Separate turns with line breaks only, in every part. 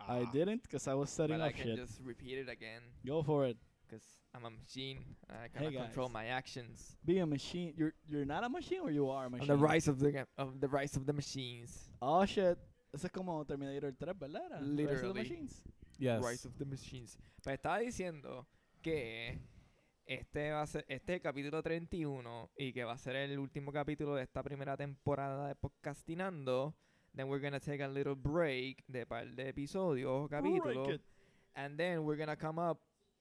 I didn't because I was setting
But I
up
can
shit.
just repeat it again
Go for it.
because I'm a machine and I
Hey,
cannot control
guys.
my actions.
Be a machine. You're you're not a machine or you are a
On
machine.
the rise of the of the rise of the machines.
Oh shit. Eso es como Terminator 3, ¿verdad? Era Rise of the
Literally.
Machines.
Yes.
Rise of the Machines. Pero estaba diciendo que este va a ser este es el capítulo 31 y que va a ser el último capítulo de esta primera temporada de podcastinando. Then we're gonna take a little break de par de episodios, o capítulos.
Break it.
And then we're gonna come up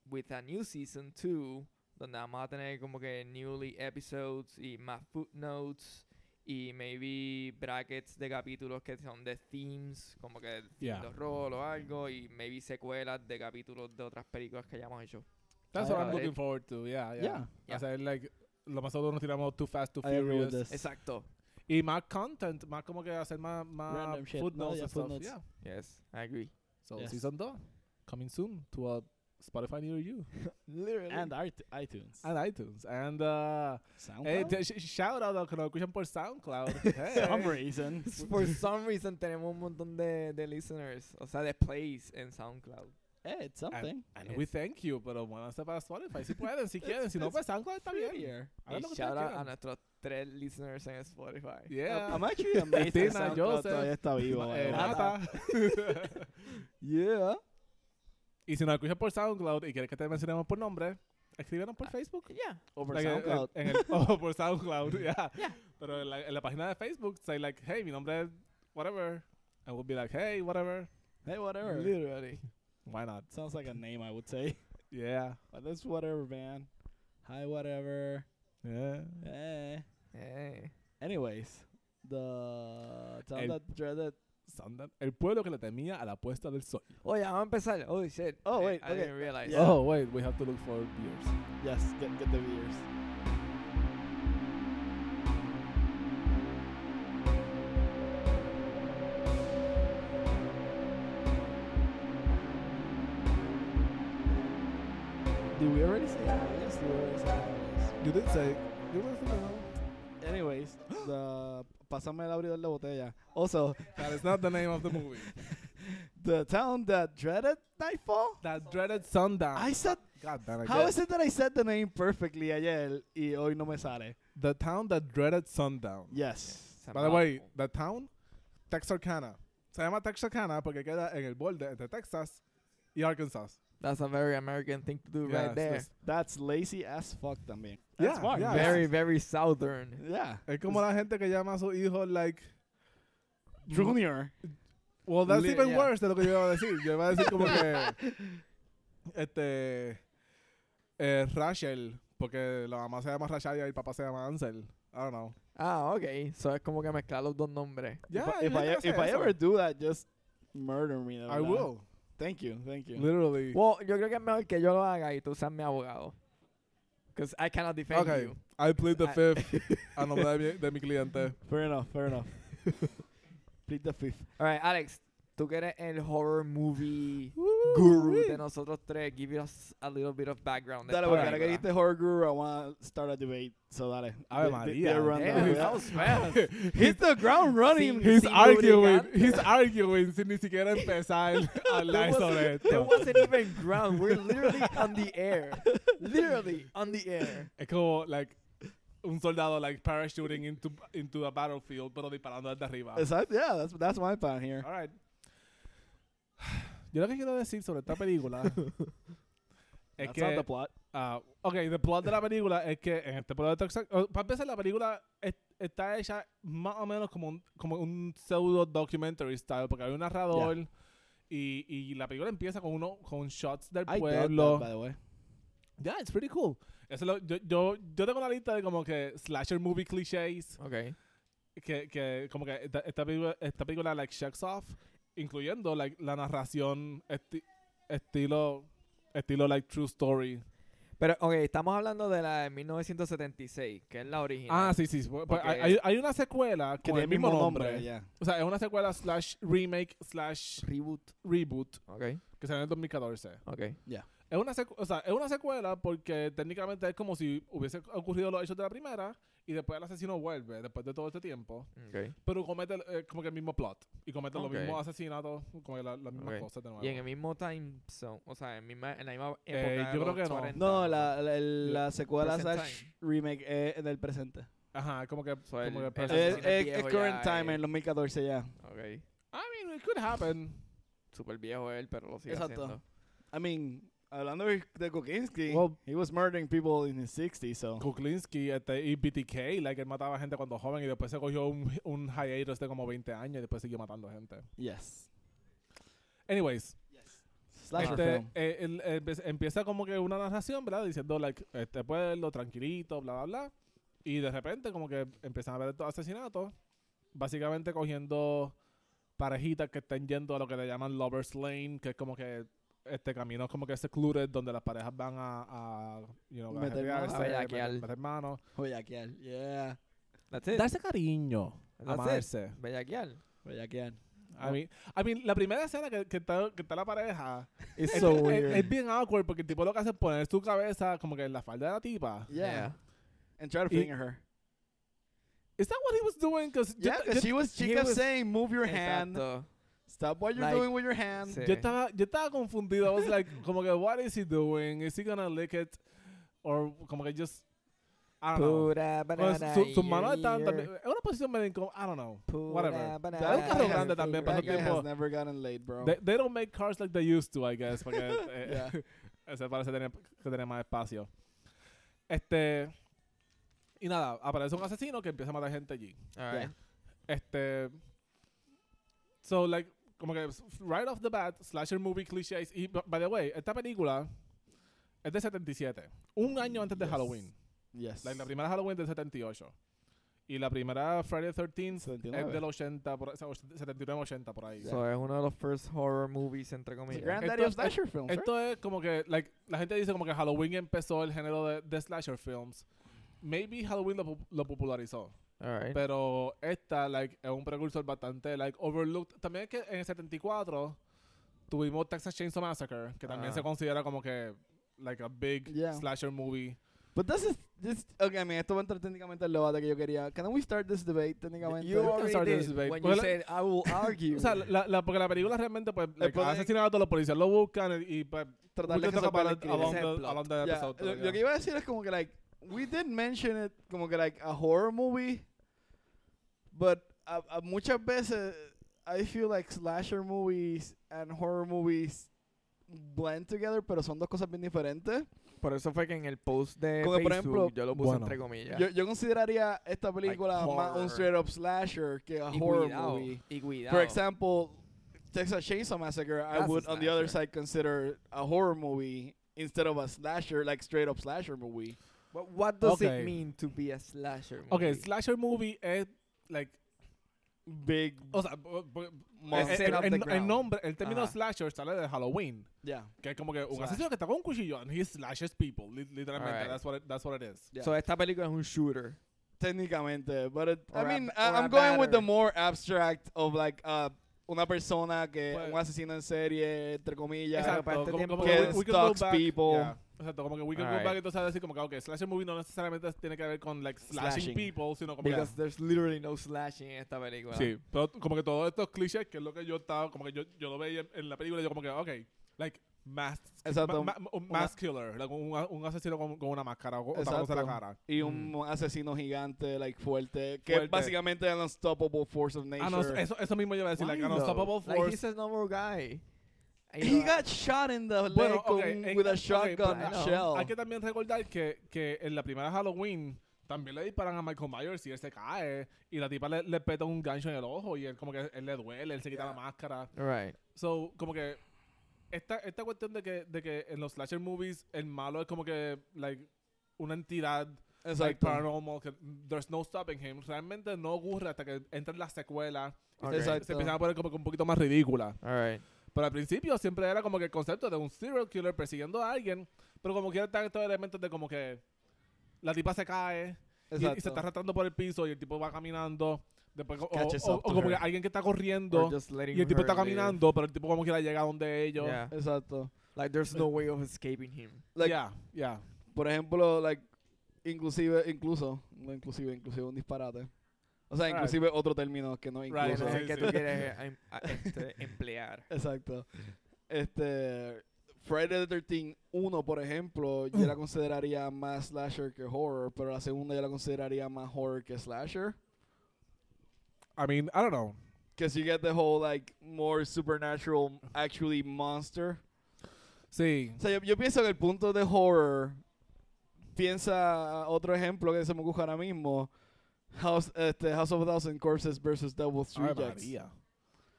with a new season 2 donde vamos a tener como que newly episodes y más footnotes y maybe brackets de capítulos que son de themes, como que theme
Yeah.
de horror o algo y maybe secuelas de capítulos de otras películas que hayamos hecho.
That's what
Ah,
I'm
eh.
looking forward to. Yeah, yeah.
Yeah.
Yeah.
O sea, like, lo más seguro nos tiramos Too Fast, Too
I agree with
Furious.
this.
Exacto.
Y más content, más como que hacer más, más
Random shit, ¿no?
footnotes
Yeah,
and stuff.
footnotes.
Yeah.
Yes, I agree.
So
Yes.
season 2 coming soon to a Spotify near you
Literally.
And art- iTunes.
and iTunes and uh, hey,
SoundCloud.
te- sh- shout out a los que nos escuchan por SoundCloud. Hey.
Some reason.
For some reason tenemos un montón de, de listeners, o sea, de plays en SoundCloud.
hey, it's something.
And we thank you, pero bueno, se para Spotify. Si pueden, si quieren, si no, pues SoundCloud está bien.
Here.
Hagan
Y
lo que
shout out
ustedes
a
quieran.
nuestros tres listeners en Spotify.
Yeah.
I'm actually amazed that
Tina,
SoundCloud
Joseph,
todavía está vivo.
Ma-
by
eh,
the way.
Nata.
Yeah.
y si nos escuchas por SoundCloud y quieres que te mencionemos por nombre, escríbenos Ah, por Facebook.
Yeah.
Over
Like, eh,
SoundCloud.
En, el, oh, por SoundCloud, yeah.
Yeah.
Pero en la, en la página de Facebook, say like, hey, mi nombre es whatever. And we'll be like, hey, whatever.
Hey, whatever.
Literally.
Why not?
Sounds like a name I would say.
Yeah.
But that's whatever, man. Hi, whatever.
Yeah.
Hey.
Hey.
Anyways, the town
El-
that dreaded.
Sundan- El pueblo que le temía a la puesta del sol.
Oh yeah, vamos a empezar. Oh shit.
Oh,
I-
wait,
I,
okay.
didn't realize.
Yeah.
Oh, wait, we have to look for beers.
Yes, get get the beers. Did we already say that? Yes, we already said that.
You did say. You were
Anyways, the pasame el abridor de botella. Also,
That is not the name of the movie.
the town that dreaded nightfall.
That dreaded sundown.
I said
God damn it.
How
The-
is it that I said the name perfectly ayer y hoy no me sale?
The town that dreaded sundown.
Yes.
San
By the
Pablo.
way, the town, Texarkana. Se llama Texarkana porque queda en el borde entre Texas y Arkansas.
that's a very American thing to do
Yeah,
right there.
es-
That's lazy as fuck también. That's
Yeah,
fuck.
yeah,
very,
yes.
very southern.
Yeah.
Es como la gente que llama a su hijo, like.
Junior.
Well, that's
Li-
even
yeah.
worse de lo que yo iba a decir. Yo iba a decir como que. Este. eh, Rachel. Porque la mamá se llama Rachel y el papá se llama Ansel. I don't know.
Ah, okay. So es como que mezclar los dos nombres.
Yeah,
if I,
hay
if,
gente
I,
que hace
if I
eso.
ever do that, just murder me. la
I
verdad.
will.
Thank you. Thank you.
Literally.
Well, yo creo que es mejor que yo lo haga y tú seas mi abogado. Because I cannot defend
Okay.
you.
I plead the
I-
fifth a nombre de mi, de mi cliente.
Fair enough. Fair enough. Plead the fifth.
All right, Alex. Tú que eres el horror movie guru de nosotros tres. Give us a little bit of background. de
Dale,
esta
porque ahora que
película.
dijiste horror guru, I want to start a debate. So dale.
Ave
They- they-
María.
they run
Damn,
the-
that was fast.
Hit the ground
Sin-
running.
He's
sin
arguing,
lubricante.
he's arguing sin ni siquiera empezar a hablar
was-
sobre
There
esto.
wasn't even ground. We're literally on the air. Literally on the air.
Es como, like, un soldado, like, parachuting into, into a battlefield, pero disparando desde arriba.
Exacto. Yeah, that's, that's my plan here.
Alright. Yo lo que quiero decir sobre esta película es
That's not
que...
the plot.
ah, ok, el plot de la película es que en este pueblo de Texas... oh, para empezar, la película es- está hecha más o menos como un, como un pseudo-documentary style, porque hay un narrador... Y, y la película empieza con uno con shots del
I doubt
pueblo.
that, by the way.
Yeah, it's pretty cool. Eso lo- yo, yo, yo tengo una lista de como que slasher movie clichés
Okay.
que, que como que esta, esta película, esta película like checks off, incluyendo like la narración esti- estilo estilo like true story.
Pero, ok, estamos hablando de la de 1976, que es la original.
Ah, sí, sí. pues, pues,
Porque-
hay, hay- hay una secuela
Que
con
tiene
el mismo nombre.
yeah.
O sea, es una secuela slash remake slash
Reboot.
reboot
Ok,
que salió en el 2014.
ok.
Es una, secu- o sea, es una secuela porque técnicamente es como si hubiese ocurrido los hechos de la primera y después el asesino vuelve después de todo este tiempo,
Ok.
pero comete eh, como que el mismo plot y comete
Ok.
los mismos asesinatos, como que la- las mismas
Ok.
cosas de nuevo.
Y en el mismo time zone, o sea, en, misma, en la misma época. de
Eh, yo creo
los
que no.
40,
No, la, la, el-
La-
la secuela
present
slash remake es del presente.
Ajá, como que...
So, el-
como que
el
present
Es,
asesino
time.
es- es
viejo
current
ya,
time
eh.
en 2014 ya.
Ok.
I mean, it could happen.
Súper viejo él, pero lo sigue
Exacto.
haciendo.
I mean, hablando de, de Kokinski,
Well-
he was murdering people in his 60s, so.
Kuklinski este, y BTK, like, él mataba gente cuando joven y después se cogió un, un hiatus de como 20 años y después siguió matando gente.
Yes.
Anyways,
Slasher
Este,
film.
eh, el- el- pues, empieza como que una narración, ¿verdad? Diciendo, like, este pueblo tranquilito, bla, bla, bla. Y de repente, como que empiezan a ver estos asesinatos. Básicamente cogiendo parejitas que estén yendo a lo que le llaman Lover's Lane, que es como que este camino como que secluded, donde las parejas van a, a, you know, a
Meter mano.
janguearse,
A bellaquear.
meter- meter mano.
Bellaquear, yeah.
That's it.
Darse cariño,
That's it.
amarse.
Bellaquear.
Bellaquear.
I mean, I mean, la primera escena que, que está, que está la pareja
It's
es,
so
es-
weird.
es bien awkward porque el tipo lo que hace es poner su cabeza como que en la falda de la tipa.
yeah. And try to
Y-
finger her.
Is that what he was doing? 'Cause yo,
Yeah,
ta-
'cause
yo-
she was, she
he
kept
was-
saying, move your hand.
Exacto.
Stop what you're
Like,
doing with your hand.
Sí.
yo estaba, yo estaba confundido. I was like, como que, what is he doing? Is he gonna lick it? Or como que just, I don't know.
Pura
Bueno,
banana.
Ah, Pues, su- Sus manos
year.
estaban también, es una posición medio incómoda, I don't know.
Pura
whatever.
banana
Era un carro
year.
grande también,
That
pero
guy has
tipo,
never gotten laid, bro.
they, they don't make cars like they used to, I guess, porque eh,
Yeah.
ese parece tener, que tenía más espacio. Este, y nada, aparece un asesino que empieza a matar gente allí.
Alright.
Este. So, like, como que s- right off the bat, slasher movie clichés. Y, b- by the way, esta película es de 77. Un año antes de
Yes.
Halloween.
yes.
Like, la primera Halloween del 78. Y la primera Friday the 13th es
79.
del 80, por, 79-80 por ahí.
So, es uno de los first horror movies, entre
It's a
comillas.
granddaddy of
Esto-
slasher films, right?
Esto es como que, like, la gente dice como que Halloween empezó el género de, de slasher films. Maybe Halloween lo, pu- lo popularizó.
Alright.
Pero esta, like, es un precursor bastante, like, overlooked. También es que en el 74 tuvimos Texas Chainsaw Massacre, que también
Ah.
se considera como que, like, a big
Yeah.
slasher movie.
But this is this okay. I mean, esto va a entrar técnicamente el debate que yo quería. Can we start this debate técnicamente?
You are- already did when you said,
I will argue.
O sea, la, la- porque la película realmente, pues, like,
Después de-
asesinato, los policías lo buscan y, y, pues,
ah, tratar de
we'll
que
talk
se
about
pueda
it
escribir.
along
Ese
the-
plot.
along the
Yeah,
episode,
lo,
yeah.
lo que iba a decir es como que like we did mention it como que like a horror movie, but a, a muchas veces I feel like slasher movies and horror movies blend together, pero son dos cosas bien diferentes.
Por eso fue que en el post de
Como que, por
Facebook
ejemplo-
yo lo puse
Bueno.
entre comillas.
Yo, yo consideraría esta película más
horror.
un straight up slasher que a
y
horror
cuidado,
movie.
y cuidado.
For example, Texas Chainsaw Massacre, I
That's a
would, on the other
slasher.
side, consider a horror movie instead of a slasher, like straight up slasher movie.
But what does
Okay.
it mean to be a slasher movie?
Ok, slasher movie es, like,
Big,
o sea, bu- bu-
Monster
el, el-
of the
el- el
ground.
nombre, el término
Ajá.
slasher sale de Halloween.
yeah,
Que es como que un
Slash.
asesino que está con un cuchillo and he slashes people, li- literalmente.
Alright.
That's, what it, that's what it is.
yeah.
So esta película es un shooter.
técnicamente, but it, I
Or a-
mean, i
or
I'm
a
going with the
batter.
more abstract of like uh, una persona que
Pues-
un asesino en serie entre comillas.
Exacto. para este
como,
tiempo-
como que
Que
we, we can go
stalks
back.
people.
yeah. Exacto, como que we can go
Alright.
back entonces a decir como que, ok, slasher movie no necesariamente tiene que ver con, like, slashing,
Slashing.
people, sino como
Because there's literally no slashing en esta
que...
película.
Sí, pero como que todos estos clichés que es lo que yo estaba, como que yo, yo lo veía en, en la película y yo como que, ok, like, mass,
Exacto.
ma- ma- un
Una-
mass killer, like, un, un asesino con, con una máscara o tapándose
Exacto.
la cara.
Y un asesino gigante, like fuerte, que
Mm. Fuerte.
es básicamente an unstoppable force of nature.
Ah, no, eso, eso mismo yo iba a decir, like, an unstoppable force.
Like he's a normal guy. I
He
know-
got shot in the leg
Bueno, ok,
con-
en-
with
ok,
a shotgun
pero-
shell.
Hay que también recordar que, que en la primera Halloween también le disparan a Michael Myers y él se cae. Y la tipa le, le peta un gancho en el ojo y él como que él le duele, él se quita
Yeah.
la máscara.
Right.
So, como que esta, esta cuestión de que, de que en los slasher movies el malo es como que like, una entidad like,
Exacto.
paranormal, que there's no stopping him, realmente no ocurre hasta que entran las secuelas. y se-
Ok.
Exacto.
Se empiezan a poner como que un poquito más ridícula.
Alright.
Pero al principio siempre era como que el concepto de un serial killer persiguiendo a alguien, pero como quiera están estos elementos de como que la tipa se cae y- y,
Exacto.
se está arrastrando por el piso y el tipo va caminando. Después, o,
Catches
o-
up
o
to
como que
her.
alguien que está
Or
corriendo
just letting
y el tipo
her
está
live.
caminando, pero el tipo como quiera llega donde ellos.
Yeah.
Exacto.
Like there's no way of escaping him.
Like,
yeah, yeah.
Por ejemplo, like, inclusive, incluso, no inclusive, inclusive un disparate. O sea,
Right.
inclusive otro término que no
Right,
incluso.
no
sí,
es el que
sí.
tú quieres em- a- este, emplear.
Exacto. Este. Friday the 13th 1, por ejemplo, yo la consideraría más slasher que horror, pero la segunda yo la consideraría más horror que slasher.
I mean, I don't know.
Because you get the whole, like, more supernatural, actually monster.
Sí.
O sea, yo, yo pienso que el punto de horror. Piensa otro ejemplo que se me ocurre ahora mismo: House, este, House of a Thousand Corpses versus Devil's
Ay,
Rejects.
María.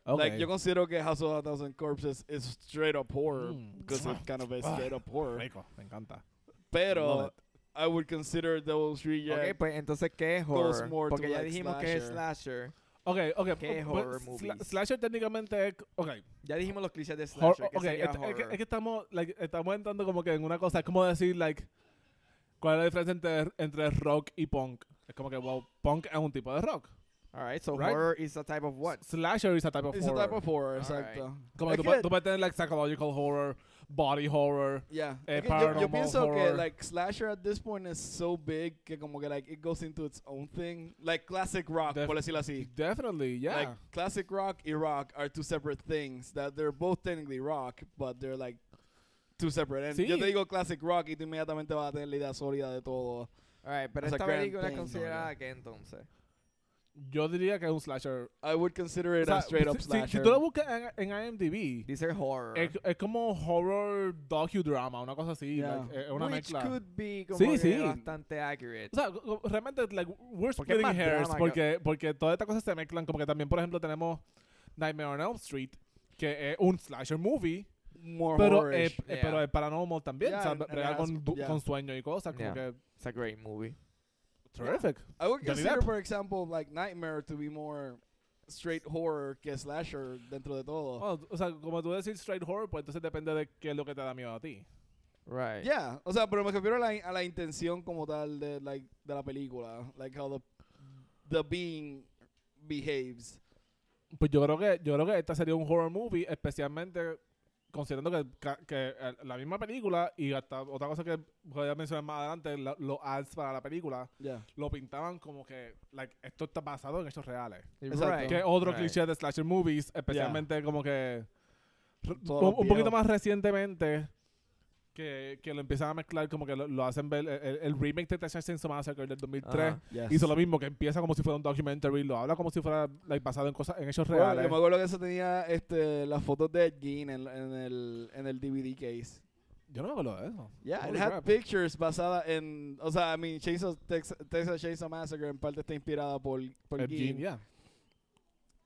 Like,
Okay.
yo considero que House of a Thousand Corpses is straight up horror.
Mm.
Because it kind of is
Ah,
straight up horror.
Rico, me encanta.
Pero
Love
I would consider Devil's
Ok,
Reject.
pues entonces, ¿qué es
Goes
horror?
more to,
Porque ya
like,
dijimos que es slasher.
Okay, okay.
¿Qué
p-
horror
pues, sla-
movies?
Slasher técnicamente es okay.
Ya dijimos los clichés de
Hor-
slasher. que
ok,
sería
es, es que,
horror.
es que estamos, like, estamos entrando como que en una cosa. Es como decir, like, ¿cuál es la diferencia entre, entre rock y punk? Es como que, wow, punk es un tipo de rock.
Alright, so
Right?
horror is a type of what?
Slasher is a type of
It's a
horror.
type of horror,
All
exacto.
como
Es
tú,
que-
puedes- tú puedes tener, like, psychological horror, body horror.
Yeah.
Eh,
Es que yo, yo
paranormal
pienso que
horror.
like slasher at this point is so big que como que like it goes into its own thing, like classic rock,
Def-
por decirlo así.
Definitely, yeah.
Like classic rock and rock are two separate things that they're both technically rock, but they're like two separate. And
Sí.
Yo te digo classic rock y tú inmediatamente vas a tener la idea sólida de todo.
Alright, pero
It's a
esta
grand
película es
thing, no,
considerada que entonces.
yo diría que es un slasher.
I would consider
O
it
sea,
a straight up
si- si-
slasher.
Si, tú lo buscas en, en IMDb,
Dice horror.
es, es como horror docudrama, una cosa así.
Yeah.
like, es eh, una
which
mezcla.
could be como
Sí,
que
sí.
bastante accurate.
O sea, co- co- realmente, like,
Porque
we're
es
splitting
más
hairs
drama que-
porque, porque todas estas cosas se mezclan. Como que también, por ejemplo, tenemos Nightmare on Elm Street, que es un slasher movie,
More
pero eh,
horror-ish.
es, es-
Oh, Yeah.
pero es paranormal también.
Yeah,
o sea,
and- and
bregar con,
that's-
du-
yeah.
con sueños y cosas. Como
Yeah.
que,
It's a great movie.
terrific.
I would
Johnny
consider,
Depp.
for example, like Nightmare to be more straight horror que slasher dentro de todo.
Oh, o sea, como tú decís straight horror, pues entonces depende de qué es lo que te da miedo a ti.
Right.
Yeah, o sea, pero me refiero a la, a la intención como tal de, like, de la película, like how the, the being behaves.
Pues yo creo que yo creo que esta sería un horror movie, especialmente considerando que, ca- que, eh, la misma película y hasta otra cosa que voy a mencionar más adelante, la- los ads para la película,
Yeah.
lo pintaban como que like, esto está basado en hechos reales.
Exacto.
Right.
Que es otro
right.
cliché de slasher movies, especialmente como que r-
Todos los
un, un poquito
viejos.
más recientemente que, que lo empiezan a mezclar como que lo, lo hacen ver el, el- el remake de Texas Chainsaw Massacre del 2003
Ajá.
Yes.
hizo lo mismo que empieza como si fuera un documentary lo habla como si fuera like, basado en cosas en hechos
Bueno,
reales
yo me acuerdo que eso tenía este, las fotos de Ed Gein en, en, el, en el DVD case.
Yo no me acuerdo de eso.
Yeah,
Holy
it had
crap.
pictures basada en, o sea, I mean, Chainsaw, Texas, Texas Chainsaw Massacre en parte está inspirada por, por
El
Gein.
jean, yeah.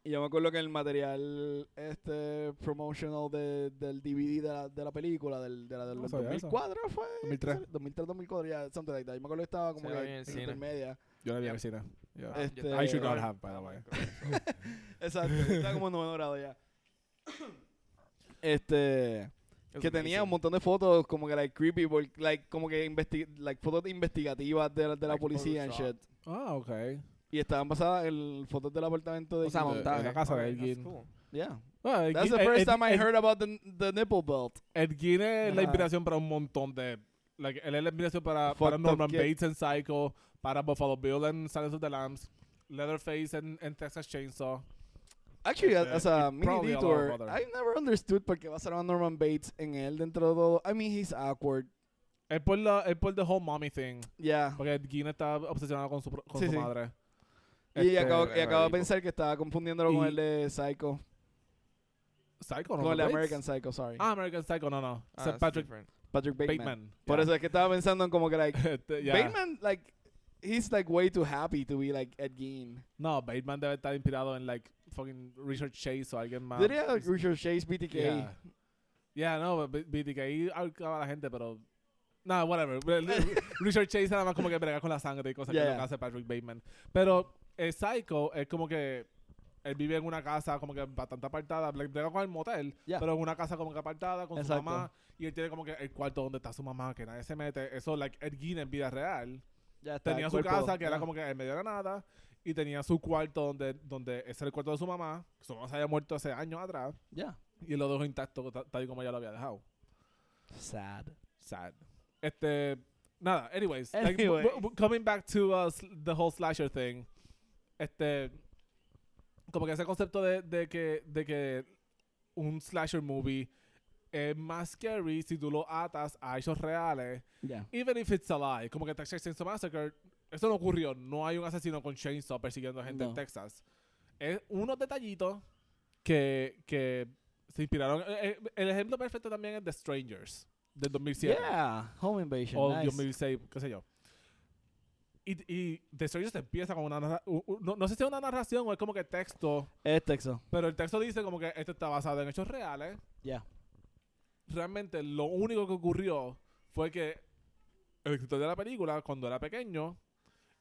Y yo me acuerdo que el material este promotional de, del DVD de la, de la película, del, de la del
No sabía
2004 fue.
2003.
2003, 2004, ya, something like that. Yo me acuerdo que estaba como
Se la vi
que
en el
en
cine.
intermedia.
Yo la vi en
Yep.
el cine. Yeah.
Eh,
Ah, Yo
Este-
también.
I should
not have, by the
Oh my
way.
God.
Exacto, estaba como en noveno grado ya. Este.
It's
que tenía un
amazing.
montón de fotos como que like creepy, por- like, como que investi like, fotos investigativas de la, de la
Like
policía and shit.
Photoshop.
Ah, ok.
Y estaban basadas en fotos del apartamento de.
O sea,
Keaton.
monta-
montaje.
la casa de
Alright, that's
alguien.
cool.
Yeah.
Ah, el
That's
jean-
the first
el-
time I
el-
heard about the, the nipple belt.
El jean es
Ajá.
la inspiración para un montón de... Like, él es la inspiración para,
Fucked
para
up
Norman
kid.
Bates en Psycho, para Buffalo Bill en Silence of the Lambs, Leatherface en, en Texas Chainsaw.
Actually,
Este,
as a
y
mini
probably a lot of
detour,
other.
I've never understood por qué basaron a Norman Bates en él dentro de todo. I mean, he's awkward.
Es por, la, es por the whole mommy thing.
Yeah.
Porque el jean está obsesionado con su, pro- con
Sí,
su
sí.
madre.
y
Este,
acabo, y acabo de
radical.
pensar que estaba confundiéndolo con
Y-
el de Psycho.
Psycho,
Con
Norman
el de
Bates?
American Psycho, sorry.
Ah, American Psycho, no, no.
Ah,
St.
that's
Patrick
different.
Patrick Bateman.
Bateman.
Por
Yeah.
eso es que estaba pensando en como que, like,
Este, yeah.
Bateman, like, he's, like, way too happy to be, like, Ed Gein.
No, Bateman debe estar inspirado en like fucking Richard Chase o alguien más. Este,
Diría Richard Chase, BTK.
Yeah. Yeah, no, B- BTK ahorcaba a la gente, pero no, whatever. Re- Richard Chase nada más como que bregar con la sangre y cosas
Yeah,
que lo
yeah.
que hace Patrick Bateman. Pero eh, Psycho es como que él vive en una casa como que bastante apartada, bre- brega con el motel,
Yeah.
pero en una casa como que apartada con
Exacto.
su mamá y él tiene como que el cuarto donde está su mamá que nadie se mete. Eso like Ed Gein en vida real
Ya está,
tenía
el
su
cuerpo.
casa que era
Ah.
como que en medio de la nada y tenía su cuarto donde donde ese era el cuarto de su mamá que su mamá se había muerto hace años atrás
Yeah.
y él lo dejó intacto ta- tal y como ella lo había dejado
Sad.
Sad. Este, nada, anyways. like, w-
Anyway.
w- coming back to uh, sl- the whole slasher thing. Este, como que ese concepto de, de, que, de que un slasher movie es más scary si tú lo atas a hechos reales.
Yeah.
Even if it's a lie. Como que Texas Chainsaw Massacre, eso no ocurrió. No hay un asesino con chainsaw persiguiendo a gente
No.
en Texas. Es unos detallitos que, que se inspiraron. Eh, eh, El ejemplo perfecto también es The Strangers, del 2007.
Yeah. Home invasion.
O
nice.
2006, qué sé yo. Y, y The Strangers empieza con una narra- u- u- no, no sé si es una narración o es como que texto,
Es Texas.
pero el texto dice como que esto está basado en hechos reales.
Yeah.
Realmente lo único que ocurrió fue que el escritor de la película, cuando era pequeño,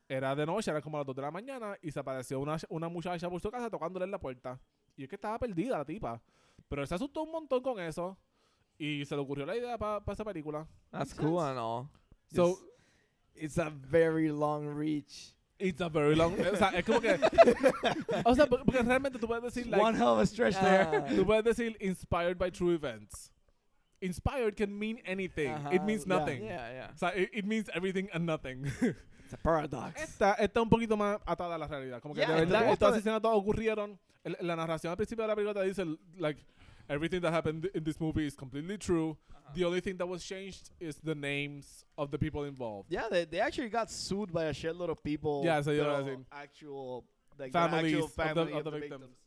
era de noche, era como a las 2 de la mañana, y se apareció una, una muchacha por su casa tocándole en la puerta. Y es que estaba perdida la tipa. Pero él se asustó un montón con eso, y se le ocurrió la idea para esa película.
That's
Makes
cool
sense.
and all.
So,
Just- it's a very long reach.
It's a very long. o sea, es como que. o sea, por- porque realmente tú puedes decir. Like,
One hell of a stretch there.
Ah.
tú puedes decir inspired by true events. Inspired can mean anything. It
Ajá,
means
yeah.
nothing.
Uh-huh. Yeah, yeah.
O sea, it, it means everything and nothing.
It's a paradox.
Esta está un poquito más atada a la realidad. Como que
Yeah,
de
este
verdad,
tipo
estos
de-
asesinatos ocurrieron. El- la narración al principio de la película te dice, like, everything that happened in this movie is completely true.
Uh-huh.
The only thing that was changed is the names of the people involved.
Yeah, they, they actually got sued by a shitload of people.
Yeah, so you're
the
right.
Actual, like families,
Families
actual
of the-
family
of
of
the
the,
victims.
victims.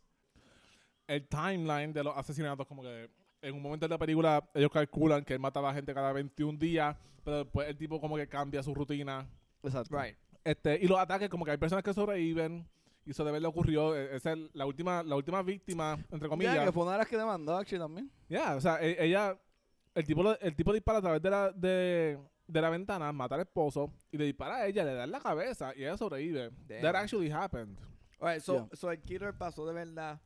el timeline de los asesinatos, como que en un momento de la película ellos calculan que él mataba a gente cada 21 días, pero después el tipo como que cambia su rutina.
Exacto.
Right.
Este, y los ataques, como que hay personas que sobreviven, y eso de verdad ocurrió. E- Esa es la última, la última víctima, entre comillas.
Yeah,
Ya,
que fue una de las que demandó actually también.
o sea, e- ella, el tipo, lo- el tipo dispara a través de la, de, de la ventana, mata al esposo, y le dispara a ella, le da en la cabeza, y ella sobrevive.
Damn.
That actually happened.
Alright, so,
Yeah.
so el killer pasó de verdad.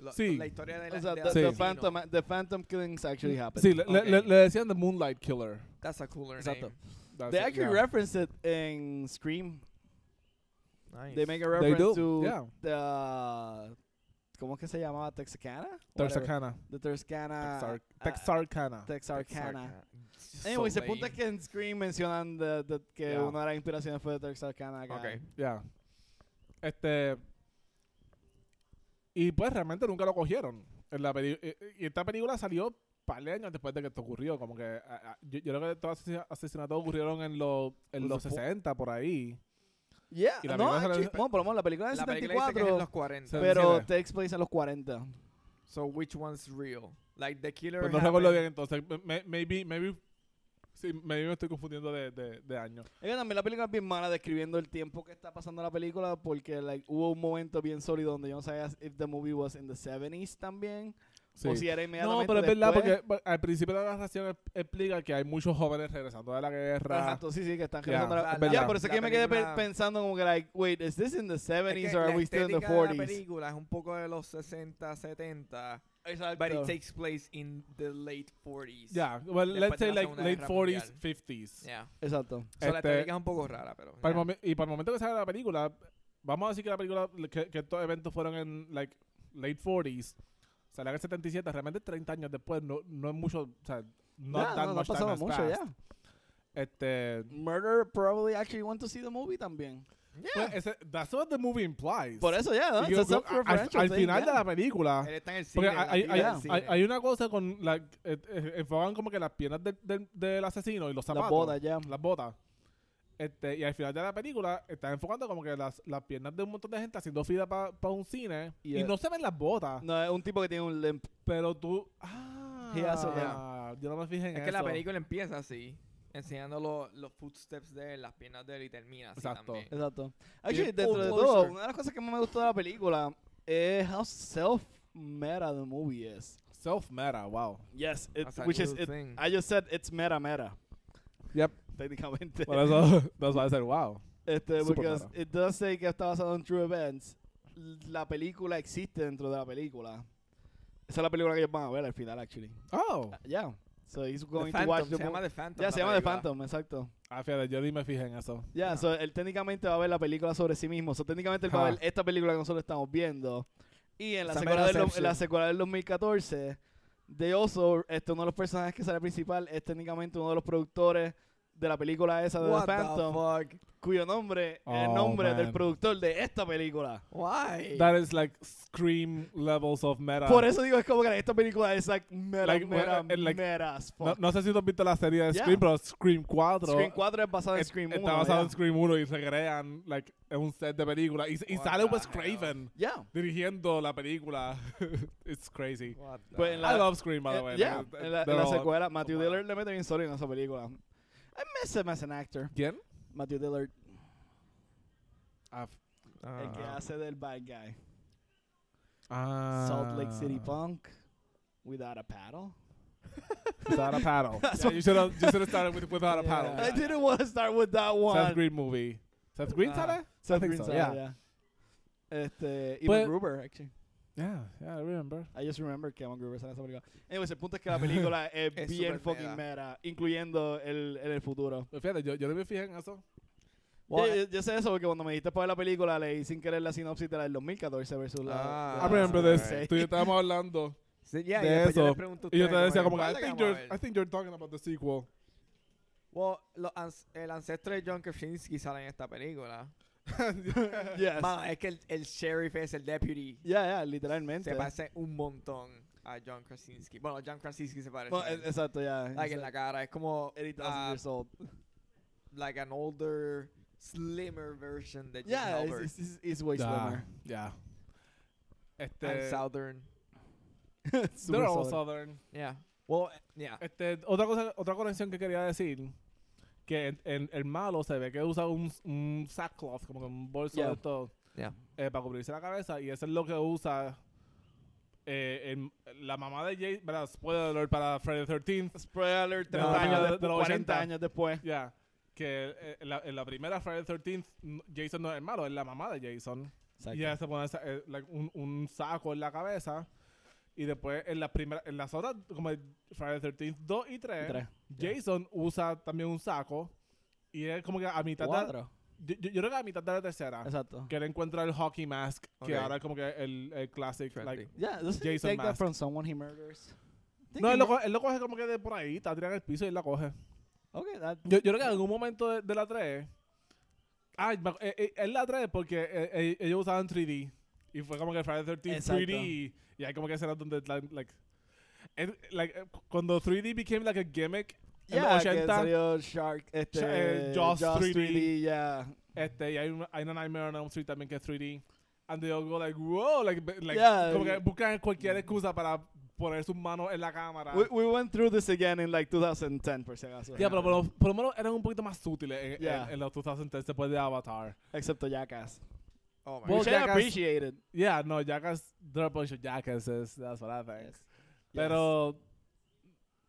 Lo-
Sí.
La historia de la,
O sea,
de
the,
Sí.
the
asesino.
phantom, eh. the phantom killings actually happened.
Sí, le, le-
Ok.
le- le decían The Moonlight Killer.
That's a cooler
Exacto.
name.
That's
They
it,
actually
yeah.
referenced it in Scream.
Nice.
They make a
They
reference
do,
to
yeah.
the ¿Cómo es que se llamaba Texarkana? Whatever.
Texarkana.
The Texarkana.
Texar-
uh,
Texarkana.
Texarkana.
So
Anyways, el punto
lame.
es que en Scream mencionan de- de- que
Yeah.
una de las inspiraciones fue de Texarkana. guy.
Ok.
Ya. Este. Y pues realmente nunca lo cogieron. En la peli- eh, eh, y esta película salió par de años después de que esto ocurrió. Como que ah, ah, yo, yo creo que estos asesi- asesinatos ocurrieron en, los en
Los
los
po-
60, por ahí.
Yeah,
Y la
no,
película sale-
actually, bueno, por lo menos la película es
La
del
película dice que es en
74,
los 40.
Se-
pero
Sí,
takes place en los 40.
So which one's real? Like the killer
Pues no recuerdo bien
happened-
entonces. Me- me- Maybe, maybe. Sí, maybe me estoy confundiendo de, de, de año.
Es que también la película es bien mala describiendo el tiempo que está pasando la película porque like, hubo un momento bien sólido donde yo no sabía if the movie was in the 70s también
Sí.
o si era
no,
inmediatamente
pero es verdad,
después.
porque bueno, al principio de la narración e- explica que hay muchos jóvenes regresando de la guerra.
Exacto, sí, sí, que están
Yeah.
regresando a la-
Es verdad.
Ya, por eso
La
es que me quedé pe-
película-
pensando como que like, wait, is this in the
Es
70s
que
or
la
are we still in the
estética de La
40s?
película es un poco de los 60, 70,
Exacto.
but it takes place in the late 40s.
Yeah, well,
Después de
let's say
la
like
Segunda
late
Guerra
40s,
Mundial.
50s.
Yeah.
Exacto.
So la
Este-
estética es un poco rara, pero.
Para el
yeah.
momen- y para el momento que sale la película, vamos a decir que la película, que, que estos eventos fueron en like late 40s, salió en el 77, realmente 30 años después, no, no es mucho, o sea, not
Yeah, no,
that
no ha
much time
pasado
has
mucho
passed.
ya.
Este,
Murder probably actually want to see the movie también.
pues, ese- that's what the movie implies.
Por eso ya, ¿no?
Y yo-
It's a
yo- a- al,
self-referential
al
thing,
final
yeah.
de la película,
Él está en el cine.
Porque
en la
hay,
fila
hay-
del
actividad.
hay-
cine.
hay una cosa con la. eh, eh, enfocan como que las piernas del, del- del asesino y los zapatos.
botas, ya.
Las botas. Este, y al final de la película están enfocando como que las, las piernas de un montón de gente haciendo fila para un cine.
Yeah.
Y no se ven las botas.
No, es un tipo que tiene un limp.
Pero tú. Ah,
He has a-
yo no me fijé en
Es
eso.
que la película empieza así, enseñando lo- los footsteps de él, las piernas de él y termina así
Exacto.
también.
Exacto. Actually,
el
dentro de
folklore
todo,
story.
una de las cosas que más me gustó de la película es how self-meta the movie is.
Self-meta, wow.
Yes, it,
That's a
which is,
good
it,
thing.
I just said it's meta-meta.
Yep.
Técnicamente.
Por eso nos va a ser wow.
Este,
Super
because
meta.
it does say que está basado en true events. L- La película existe dentro de la película. Esa es la película que ellos van a ver al final, actually.
Oh.
Yeah. So he's
The
going to
Phantom,
watch
se
the
llama
movie.
The Phantom.
Ya,
la
se llama The
película.
Phantom, exacto.
Ah, fíjate, yo ni me fijé en eso.
Ya,
Ah.
so, él técnicamente va a ver la película sobre sí mismo. So, técnicamente él va a
Ajá.
ver esta película que nosotros estamos viendo. Y en la,
Esa
secuela del, do- en
Metaception.
la secuela del 2014, They also, este, uno de los personajes que sale principal es técnicamente uno de los productores de la película esa de
What
The Phantom,
the fuck?
cuyo nombre es el
Oh,
nombre del
man.
productor de esta película.
Why?
That is like scream levels of meta.
Por eso digo, es como que esta película es like mera,
Ah. Like,
mera,
eh, like-
mera as
no,
fuck.
no sé si tú has visto la serie de
Yeah.
Scream, pero Scream 4.
Scream 4 es basado en
es-
Scream 1.
Está basado
ya.
en Scream 1 y se crean like, en un set de película. Y, y
What
sale
the
Wes
hell?
Craven
Yeah.
dirigiendo la película. It's crazy.
What the-
Pues en
I
la-
love Scream, by the
Eh,
way.
yeah,
Like,
en la, en
they're
la
all-
secuela, Matthew
wow.
Dillard le mete bien sólido en esa película. I miss him as an actor,
¿Quién?
Matthew Dillard,
Ah,
el que
Ah.
hace del bad guy.
Ah.
Salt Lake City Punk, without a paddle.
Without a paddle. yeah, you should have you should have started with without a paddle.
I
Yeah.
didn't want to start with that one.
Seth Green movie. Seth Green
Ah.
sale?
Seth
I think
Green's
so,
on it,
yeah.
yeah. Este, y
Pues-
MacGruber, actually.
Yeah, yeah, I remember.
I just remember que MacGruber sale en esa película. Anyways, el punto es que la película es,
Es
bien
super
fucking mera, incluyendo el, el, el futuro.
Pero fíjate, yo, yo no me fijé en eso.
Yo,
Well,
yo- yo sé eso porque cuando me dijiste para ver la película leí sin querer la sinopsis de la del 2014 versus la...
Ah,
de
I
la
remember
alright.
2016.
this. Tú y yo estábamos hablando.
sí, yeah,
de
y después yo
eso.
le pregunto a
Y yo te
ustedes
decía como que,
¿cuál es
I
la
think,
vamos a
you're,
ver?
I think you're talking about the sequel.
Well, los ans- el ancestro de John Krasinski sale en esta película.
Yes.
Mano, es que el, el sheriff es el deputy.
Ya, ya, literalmente.
Se parece un montón a John Krasinski. Bueno, John Krasinski se parece.
Bueno,
a él.
e- exacto, ya.
like en la cara. Es como
80,000
ah,
years old.
like an older, slimmer version de Jim
Yeah,
Halpert.
it's, it's, it's way
Yeah.
slimmer.
yeah.
And
Este,
southern.
Super
they're all
solid.
southern.
Yeah. Well, eh, yeah.
Este, otra cosa, otra conexión que quería decir, que en- en- el malo se ve que usa un, un sackcloth, como que un bolso
Yeah.
de todo,
Yeah.
eh, para cubrirse la cabeza, y eso es lo que usa eh, el- la mamá de Jay, ¿verdad? Spoiler alert para Friday the 13th,
Spoiler alert, 30
no,
años,
de-
de-
de los
40
80.
años después.
ya, que eh, en, la, en la primera Friday the 13th n- Jason no es el malo, es la mamá de Jason. Y ella se pone esa- eh, like, un, un saco en la cabeza. Y después en las primeras, en las otras, como el Friday the 13th 2 y 3,
Tres.
Jason usa también un saco. Y es como que a mitad de la,
Cuatro.
yo, yo- yo creo que a mitad de la tercera.
Exacto.
Que él encuentra el hockey mask.
Ok.
Que ahora es como que el, el classic.
Trendy.
like-
Yeah, doesn't he
Jason
take that
Mask.
from someone he murders? Think
no,
he
él lo,
mur-
coge, él lo coge como que de por ahí, está tirando el piso y él la coge.
Okay, that...
Yo, yo creo que en algún momento de, de la 3. Ah, me ac- eh, eh, él la 3 porque eh, eh, ellos usaban 3D. Y fue como que Friday the 13th
Exacto.
3D. Y hay como que escenas donde. Like, like, eh, like, eh, cuando 3D became like a gimmick. en
Yeah,
los
que
80,
salió Shark, este,
eh, Jaws 3D.
3D, yeah.
Este, y hay, una- hay una Nightmare on Elm Street también que es 3D. And they all go like, wow, like, be- like
Yeah.
como que buscan cualquier excusa para poner sus manos en la cámara.
We, we went through this again in like 2010, por si acaso.
Yeah, pero por lo, por lo menos eran un poquito más sutiles en, en-
Yeah.
en los 2010 después de Avatar.
Excepto Jackass.
Oh, my
Well,
Which
God.
I
Jackass-
appreciated.
Yeah, no, Jackass, they're a bunch of jackasses, that's what I think. Pero,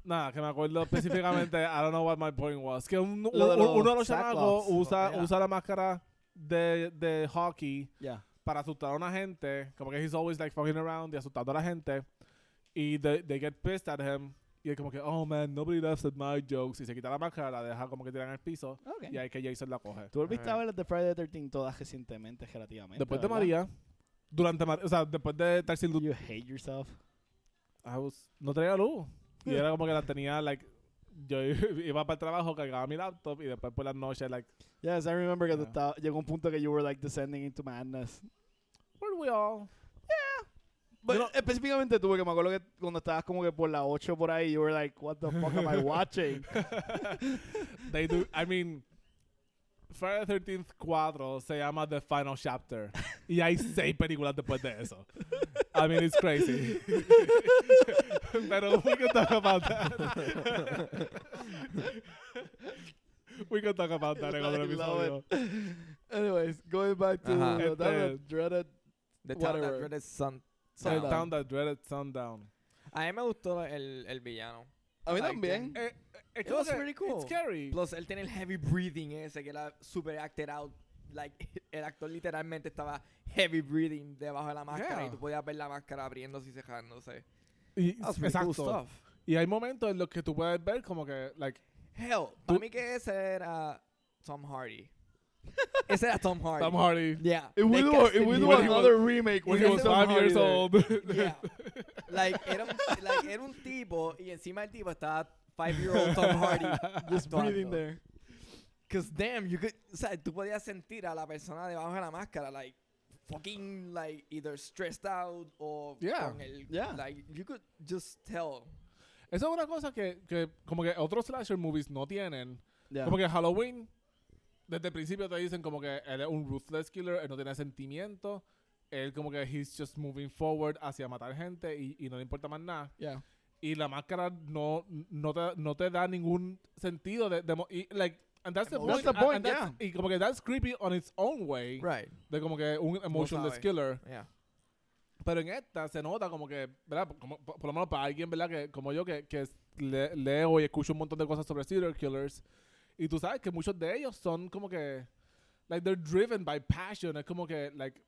nada, que me acuerdo específicamente, I don't know what my point was, que un-
Lo de
un-
los
uno de los
sackcloths.
chamacos usa,
Yeah.
usa la máscara de, de hockey
Yeah.
para asustar a una gente, como que he's always like fucking around y asustando a la gente. Y they, they get pissed at him. Y es como que, oh man, nobody laughs at my jokes. Y se quita la máscara, la deja como que tirada en el piso.
Okay.
Y ahí que Jason la coge.
Tú volviste a
Alright.
ver las de Friday the 13 todas recientemente, relativamente.
Después de
¿verdad?
María, durante María, o sea, después de Taxi Lu-
You hate yourself.
I was- no tenía luz. Y era como que la tenía, like, yo iba para el trabajo, cargaba mi laptop y después por las noches, like,
Yes, I remember que tú
Yeah.
estabas- llegó un punto que you were like descending into madness.
where we all?
But
Yo no-
específicamente tú, porque me acuerdo que cuando estabas como que por la 8 por ahí, you were like, what the fuck am I watching?
They do, I mean, Friday the 13th 4 se llama The Final Chapter. Y hay seis películas después de eso. I mean, it's crazy. Pero we can talk about that. we can talk about that en otro
I love
episodio.
it. Anyways, going back to
Ajá.
the- that
Este-
dreaded
The Town That
whatever.
Dreaded Sun.
The
Sundown.
Town That Dreaded Sundown.
A mí me gustó el, el villano.
A mí
Like
también.
Eh, eh,
It was pretty cool.
It's scary.
Plus, él tiene el heavy breathing ese que era super acted out. Like, el actor literalmente estaba heavy breathing debajo de la máscara y
Yeah.
tú podías ver la máscara abriéndose y cerrándose.
Y-
That's pretty cool
exacto.
stuff.
Y hay momentos en los que tú puedes ver como que, like,
Hell,
Tú-
para mí que ese era Tom Hardy. ese era Tom Hardy.
Tom Hardy.
Yeah.
If
They
we do,
cast
if
him
we do
well.
When he was-
another remake,
When
we're gonna
he was
Tom
five
Hardy
years
there.
old.
Yeah. like, era un, like, era un tipo y encima del tipo estaba five-year-old Tom Hardy
Just breathing
actuando.
there.
Cause damn, you could, o sea, tú podías sentir a la persona debajo de la máscara, like fucking, like either stressed out o
Yeah.
con el,
Yeah.
like you could just tell.
Esa es una cosa que, que como que otros slasher movies no tienen.
Yeah.
Como que Halloween, desde el principio te dicen como que él es un ruthless killer, él no tiene sentimientos, él como que he's just moving forward hacia matar gente y, y no le importa más nada.
Yeah.
Y la máscara no, no, te, no te da ningún sentido de... de mo- y, like, and that's the
That's
point.
the
and-
point,
and that's- Y como que that's creepy on its own way.
Right.
De como que un emotionless
sabes.
killer.
Yeah.
Pero en esta se nota como que, ¿verdad? Como, por, por lo menos para alguien, ¿verdad? Que, como yo, que, que le- leo y escucho un montón de cosas sobre serial killers. Y tú sabes que muchos de ellos son como que, like, they're driven by passion. Es como que, like,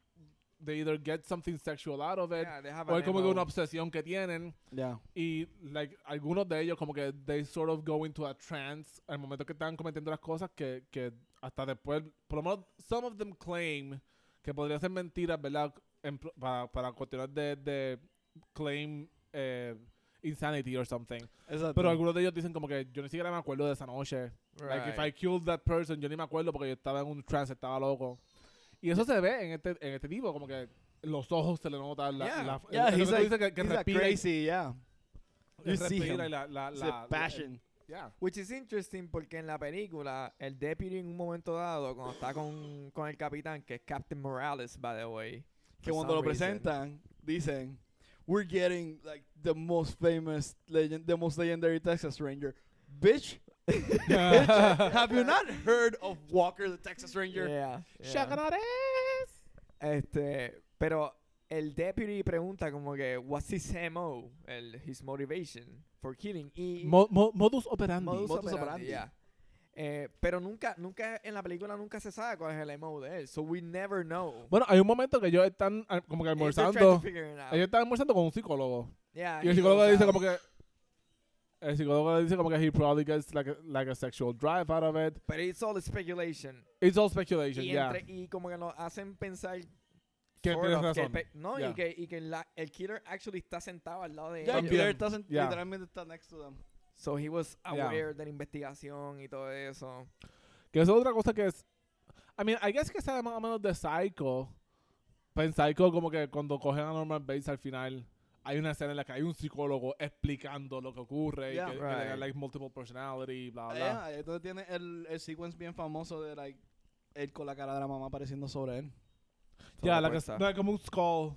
they either get something sexual out of it,
Yeah, they have
o
an
es como que
MO.
una obsesión que tienen.
Yeah.
Y, like, algunos de ellos como que they sort of go into a trance al momento que están cometiendo las cosas que, que hasta después, por lo menos, some of them claim que podrían ser mentiras, ¿verdad? En pro- para, para continuar de, de claim eh, insanity or something.
Exacto.
Pero algunos de ellos dicen como que yo ni siquiera me acuerdo de esa noche. Like, if I
Right.
killed that person, yo ni me acuerdo porque yo estaba en un trance, estaba loco. Y eso se ve en este, en este tipo, como que los ojos se le notan. La,
Yeah.
la-
yeah,
lo que
he's
tú
like,
dices que, que
he's like
respira y-
crazy, yeah. You
el
see
respira
him.
y la, la,
It's
la-
the
la- eh,
passion.
yeah.
Which is interesting porque en la película el deputy en un momento dado cuando está con, con el capitán que es Captain Morales by the way.
Que
for
cuando lo
some reason.
presentan, dicen, we're getting like the most famous legend, the most legendary Texas Ranger. Bitch, bitch, have you not heard of Walker the Texas Ranger?
Yeah, yeah.
Shakarades.
Este, pero el deputy pregunta como que what's his MO, el his motivation for killing y
Mo- mo- modus operandi.
modus
Modus
operandi,
operandi.
yeah. Eh, pero nunca nunca en la película nunca se sabe cuál es el MO de él, so we never know.
bueno, hay un momento que ellos están ah, como que
They're trying to
almorzando.
figure it out.
Ellos están almorzando con un psicólogo.
Yeah,
Y el
he
psicólogo
goes
le dice
out.
como que... El psicólogo le dice como que he probably gets like a, like a sexual drive out of it.
But it's all speculation.
It's all speculation,
Y,
yeah.
entre- y como que nos hacen pensar
Que
sort
tienes
of, que el
razón.
pe- no,
Yeah.
y que, y que la- el killer actually está sentado al lado de
Yeah,
ellos.
También.
Killer doesn't
Yeah.
literalmente está next to them.
So he was
Yeah.
aware de la investigación y todo eso.
Que eso es otra cosa que es. I mean, I guess que sabe más o menos de Psycho. Pero en Psycho, como que cuando cogen a Norman Bates al final, hay una escena en la que hay un psicólogo explicando lo que ocurre
Yeah.
y que, que
Right.
le da, like, multiple personality, bla, bla.
Yeah, ahí es donde tiene el, el sequence bien famoso de like él con la cara de la mamá apareciendo sobre él.
Ya, la que no, es como un skull.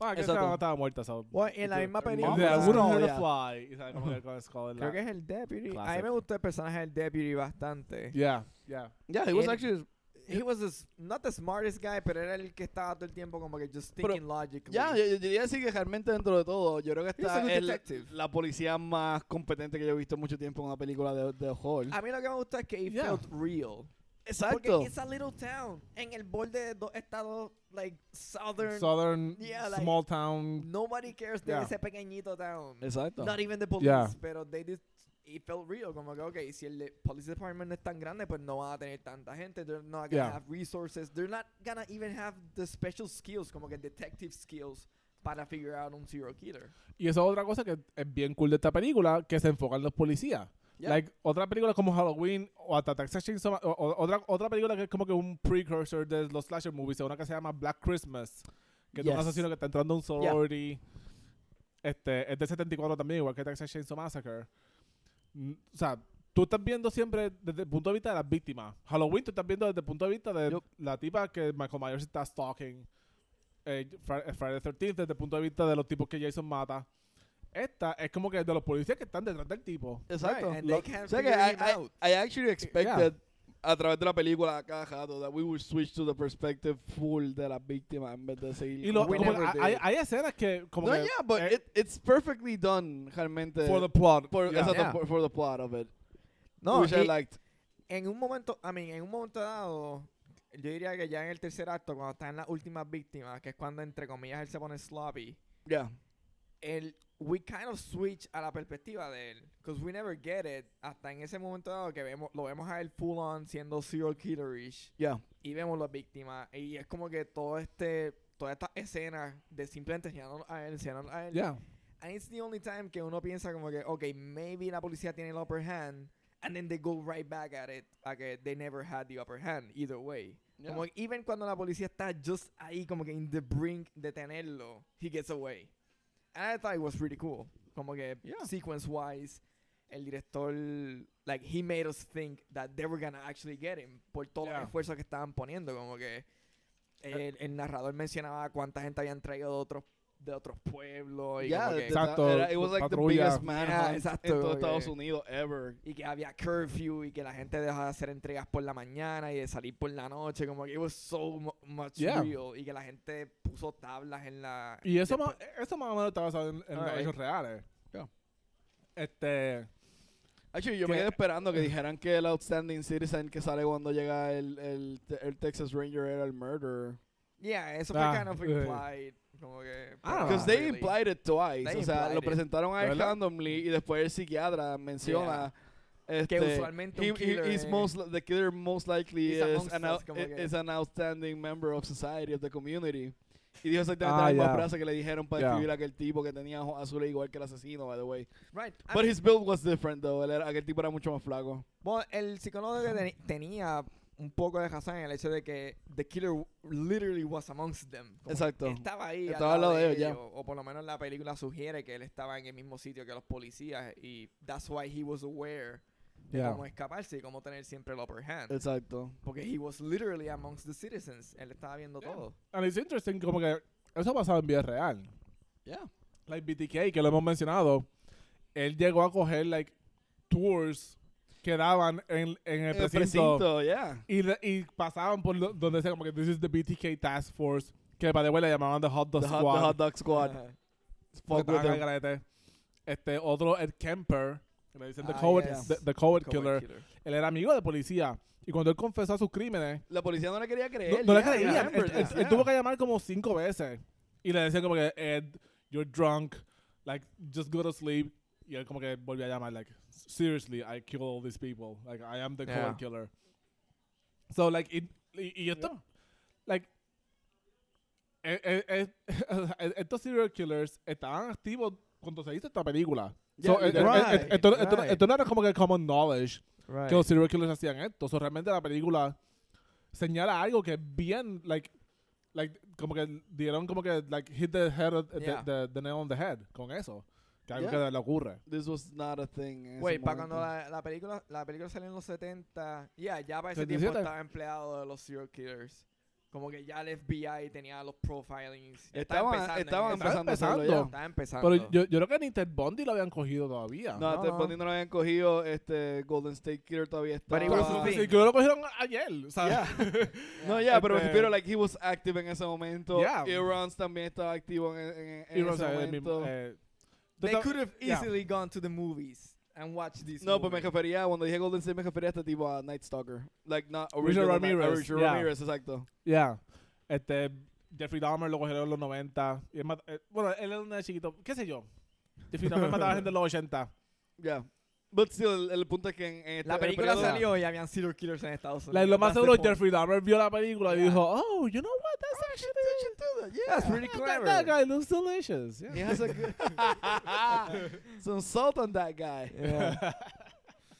Ah, que esa
Exacto.
mamá estaba muerta, so.
Bueno, en la
Yo-
misma
yo-
película-
Yeah, wouldn't hurt a
Yeah.
fly. Y sabe, como que con el skull en la-
Creo que es el deputy. A mí
Classic.
me gustó el personaje del deputy bastante.
Yeah, yeah.
Yeah, he was
Él-
actually
He was the s- not the smartest guy, pero era el que estaba todo el tiempo como que just
Pero-
thinking logically.
Ya, yo, yo diría así que realmente dentro de todo, yo creo que
He's a
está
good
el-
detective.
la policía más competente que yo he visto en mucho tiempo en una película de, de horror.
A mí lo que me gustó es que he
Yeah.
felt real.
Exacto.
Porque it's a little town en el borde de dos estados like southern.
Southern,
Yeah, like-
small town.
nobody cares de
Yeah.
ese pequeñito town.
Exacto.
Not even the police,
Yeah.
pero they did it felt real, como que okay, si el police department no es tan grande, pues no van a tener tanta gente, they're not gonna
Yeah.
have resources, they're not gonna even have the special skills, como que detective skills para figure out un serial killer.
Y eso es otra cosa que es bien cool de esta película, que se enfocan los policías.
Yeah.
Like, otra película como Halloween o hasta Texas Chainsaw Ma- o- o- otra, otra película que es como que un precursor de los slasher movies, es una que se llama Black Christmas, que es
Yes.
un asesino que está entrando a un sorority. Este, es de 74 también, igual que Texas Chainsaw Massacre. Mm, O sea, tú estás viendo siempre desde el punto de vista de las víctimas. Halloween tú estás viendo desde el punto de vista de
Yup.
la tipa que Michael Myers está stalking. Eh, Fri- eh, Friday the 13th desde el punto de vista de los tipos que Jason mata. Esta es como que de los policías que están detrás del tipo.
Exacto.
Right, and
Lo-
they can't
o sea que
figure
I,
him out.
I, I actually expected a través de la película a cada rato that we would switch to the perspective full de la víctima en vez de seguir.
Y lo,
con-
We
como que
never
hay-
did.
hay, hay escenas que como
no,
que
yeah, but
eh,
it, it's perfectly done realmente.
for the plot.
por-
yeah.
exacto,
Yeah.
por- for the plot of it.
No,
which I
y-
liked.
en un momento, I mean, en un momento dado, yo diría que ya en el tercer acto, cuando están las últimas víctimas, que es cuando entre comillas él se pone sloppy,
Yeah.
el we kind of switch a la perspectiva de él because we never get it hasta en ese momento dado que vemos lo vemos a él full on siendo serial killerish
Yeah.
y vemos las víctimas y es como que todo este toda esta escena de simplemente enseñándolo a él enseñándolo a él
Yeah.
And it's the only time que uno piensa como que, okay, maybe la policía tiene el upper hand, and then they go right back at it, a que they never had the upper hand, either way.
Yeah.
Como que even cuando la policía está just ahí como que in the brink de tenerlo, he gets away. And I thought it was pretty cool. Como que
Yeah.
sequence wise, el director like he made us think that they were gonna actually get him por todo
Yeah.
el esfuerzo que estaban poniendo, como que el, el narrador mencionaba cuánta gente habían traído de otros de otros pueblos y
yeah,
como
the-
que-
the-
Exacto,
era- it was like
patrulla.
the biggest
Yeah,
manhunt
exacto,
en todo
como que-
Estados Unidos ever.
y que había curfew y que la gente dejaba de hacer entregas por la mañana y de salir por la noche, como que it was so mu- much
Yeah.
real y que la gente puso tablas en la
Y eso,
después-
más, eso más o menos está basado en, en los
Alright.
hechos reales.
Yeah.
Este.
Actually, yo me
Que-
quedé esperando que eh. dijeran que el Outstanding Citizen que sale cuando llega el, el, te- el Texas Ranger era el murderer.
Yeah, eso fue
Ah,
kind of
eh.
implied, como que
Ah,
Because
not
they
really.
implied it twice.
They
o sea,
implied
lo
it.
presentaron a
¿De
él
verdad?
randomly y después el psiquiatra menciona este,
usualmente un
he- he-
killer
he's
es-
most li- the killer most likely
He's
is
amongst
an,
us,
out-
como que-
is an outstanding member of society of the community. Y dijo exactamente
Ah,
la misma
yeah.
frase que le dijeron para
Yeah.
escribir a aquel tipo que tenía ojos azules igual que el asesino, by the way.
Right. I
But
mean,
his build was different though. Él era- aquel tipo era mucho más flaco.
Bueno, el psicólogo que teni- tenía un poco de razón en el hecho de que the killer w- literally was amongst them. Como que
Exacto.
Estaba ahí.
Estaba al lado de ellos, ya.
O por lo menos la película sugiere que él estaba en el mismo sitio que los policías y that's why he was aware de
Yeah.
cómo escaparse y cómo tener siempre el upper hand.
Eh, Exacto.
porque he was literally amongst the citizens. Él estaba viendo
Yeah.
todo.
And it's interesting, como que eso ha pasado en vida real.
Yeah.
Like BTK, que lo hemos mencionado, él llegó a coger, like, tours que daban en, en
El
el precinto.
precinto, yeah.
Y, le- y pasaban por lo- donde decía como que this is the BTK Task Force, que para de le llamaban the Hot Dog
The hot,
Squad.
the hot dog squad.
porque
Fuck with
estaban al
them.
garete. Este otro, Ed Kemper, que le dicen the
Ah,
Coward,
yes.
the, the
Coward
Coward Killer.
killer.
Él era amigo de policía. Y cuando él confesó sus crímenes,
La policía no le quería
no,
creer.
no le
yeah, I
creían. Él,
remember
él-
that,
él
yeah.
tuvo que llamar como cinco veces. Y le decían como que, Ed, you're drunk. Like, just go to sleep. Y él como que volvió a llamar, like, seriously, I kill all these people. Like, I am the
Yeah.
Cohen killer. So, like, it, y, y esto, like, eh, eh, eh, estos serial killers estaban activos cuando se hizo esta película.
Yeah,
So, eh, eh,
literal.
eh, esto, esto no-
right.
esto no era como que common knowledge
Right.
que los serial killers hacían esto. O sea, realmente la película señala algo que es bien, like, like, como que dieron como que, like, hit the head, of- the-
Yeah.
the, the nail on the head con eso. Que algo
Yeah.
que le ocurre.
This was not a thing. en ese
Güey, para cuando
momento.
la, la película la película salió en los 70, yeah, ya para ese
77.
tiempo estaba empleado de los serial killers. Como que ya el FBI tenía los profilings. ya
Estaban- estaban
en eso.
empezando a hacerlo
empezando.
ya.
Estaba empezando.
Pero yo, yo creo que ni Ted Bundy lo habían cogido todavía.
No,
No,
Ted
no.
Bundy no lo habían cogido. Este, Golden State Killer todavía estaba.
But it
Pero
Ah.
sí, sí, que lo cogieron ayer, ¿sabes?
Yeah. No, ya, pero me
Este-
refiero, like, he was active en ese momento.
Yeah.
Irons también estaba activo en, en- en
Y no
ese
sé, el mismo,
momento.
eh,
They
total-
could have
yeah.
easily gone to the movies and watched this
no,
movie.
pues me refería, cuando dije Golden State, me refería a este tipo, a Night Stalker. Like, not
Richard
original Night-
Ramirez,
Richard
yeah.
Ramirez, exacto.
Yeah. Este, Jeffrey Dahmer lo cogieron en los 90. Y él mat- eh, bueno, él era un nene chiquito. ¿Qué sé yo? Jeffrey Dahmer mataba gente en los 80.
Yeah. But still, el, el punto es que en, en este-
La
el
película
periodo-
salió y habían serial killers en Estados Unidos.
Like, lo más
That's the
seguro,
point.
Jeffrey Dahmer vio la película y
Yeah.
dijo, oh, you know what? That's
Oh, shit,
actually...
that shit do that, yeah.
That's pretty
That,
clever.
that guy looks delicious. Yeah.
He has a good. Some salt on that guy.
Yeah.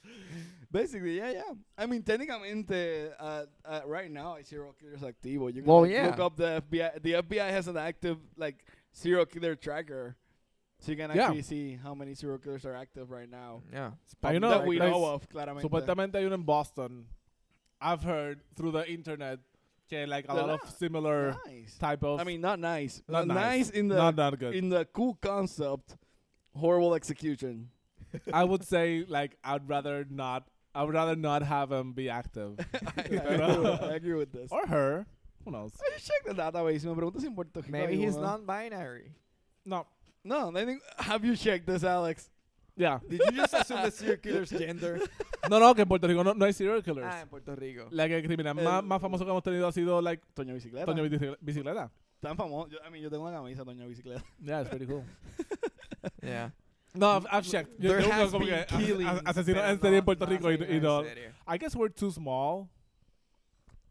Basically, yeah, yeah. I mean, técnicamente, uh, uh, right now, hay serial killers activo. You can
Well,
like,
yeah.
look up the FBI. The FBI has an active like serial killer tracker, so you can
Yeah.
actually see how many serial killers are active right now. Um,
Yeah.
Hay uno-
that we
like,
know of, claramente.
Supuestamente hay uno en Boston. I've heard through the internet que, like,
De
a lot
la-
of similar
nice.
type of...
I mean, not nice.
Not
Not nice.
nice.
in the
not that good.
in the cool concept, horrible execution.
I would say, like, I'd rather not... I would rather not have him be active.
I, agree, I agree with this.
Or her. Who knows?
I should check the database. Me pregunto si en Puerto assim, Rico né?
Maybe
hay
he's
uno.
non-binary.
No.
No, I think. Have you checked this, Alex?
Yeah.
Did you just assume the serial killer's gender?
No, no, que en Puerto Rico no, no hay serial killers.
ah, en Puerto Rico.
la que criminal
El-
más, más famoso que hemos tenido ha sido, like,
Toño Bicicleta.
Toño Bicicle- Bicicleta.
Tan famoso. Yo, a mí, yo tengo una camisa Toño Bicicleta.
Yeah, it's pretty cool.
Yeah.
No, I've, I've checked. Yo-
There
yo
has
como
been
que as-
killings,
as- asesino
pero
en serie en
no-
Puerto
no
Rico y,
asesino
y
en
no.
serie.
I guess we're too small.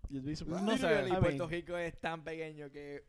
You'd be surprised.
No sé.
Literally,
I mean-
Puerto Rico es tan pequeño que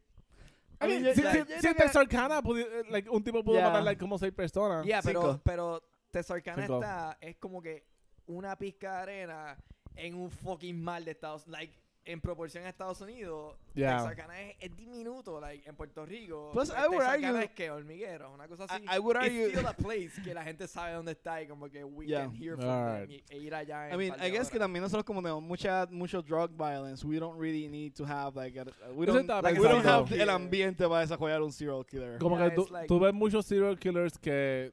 I mean,
yo-
si,
yo-
si,
yo
si
creo que-
Texarkana pudi- eh, like, un tipo pudo
Yeah.
matar like, como seis personas.
Yeah, pero,
Cinco.
pero Tesorcana
Cinco.
está, es como que una pizca de arena en un fucking mal de Estados Like, en proporción a Estados Unidos,
Yeah.
Texarkana es, es diminuto, like, en Puerto Rico.
Plus,
like,
Pues, I would
Texarkana
argue-
es que hormiguero, una cosa así.
I, I would
It's
argue.
still a place que la gente sabe dónde está y como que we
Yeah.
can hear from them
Alright.
y- e ir allá en
I mean,
par
I
de
guess que
horas.
también nosotros como tenemos mucha mucho drug violence, we don't really need to have like a, we
Eso
don't
está
like, we don't
pensando.
have el ambiente para desarrollar un serial killer.
Como
Yeah,
que tú,
it's like-
tú ves muchos serial killers que.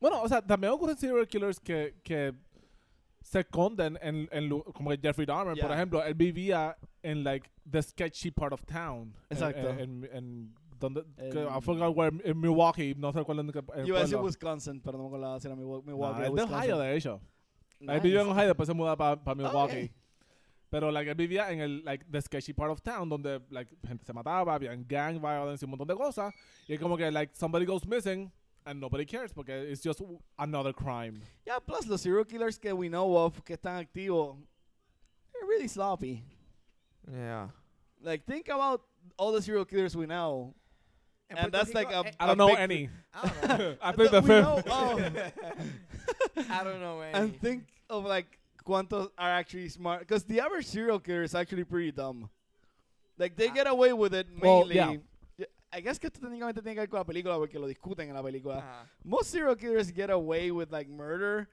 Bueno, o sea, también ocurren serial killers que, que se esconden en, en lu- como que Jeffrey Dahmer, por
Yeah.
ejemplo, él vivía en like the sketchy part of town. En-
Exacto.
En, en, en donde que- I
En-
forgot where en Milwaukee, no sé cuál es el
Yo iba a
pueblo.
decir Wisconsin, pero no me acordaba si era Milwa- Milwaukee. o
No, es de
Wisconsin.
Ohio, de hecho. Él
Nice.
vivió en Ohio, después se mudó para Milwaukee. Pero, like, él vivía en el, like, the sketchy part of town, donde, like, gente se mataba, había gang violence y un montón de cosas. Y es como que, like, somebody goes missing and nobody cares porque it's just another crime.
Yeah, plus los serial killers que we know of que están activos, they're really sloppy.
Yeah.
Like think about all the serial killers we know.
En Puerto
And that's like
Rico,
a-
eh,
I don't
A
know
big-
any.
I don't know.
I think the
we
fifth.
know of,
I don't know any.
and think of like cuántos are actually smart because the average serial killer is actually pretty dumb. Like they
Ah.
get away with it
Well,
mainly. I guess que esto técnicamente tiene que ver con la película porque lo discuten en la película.
Ajá.
Most serial killers get away with like murder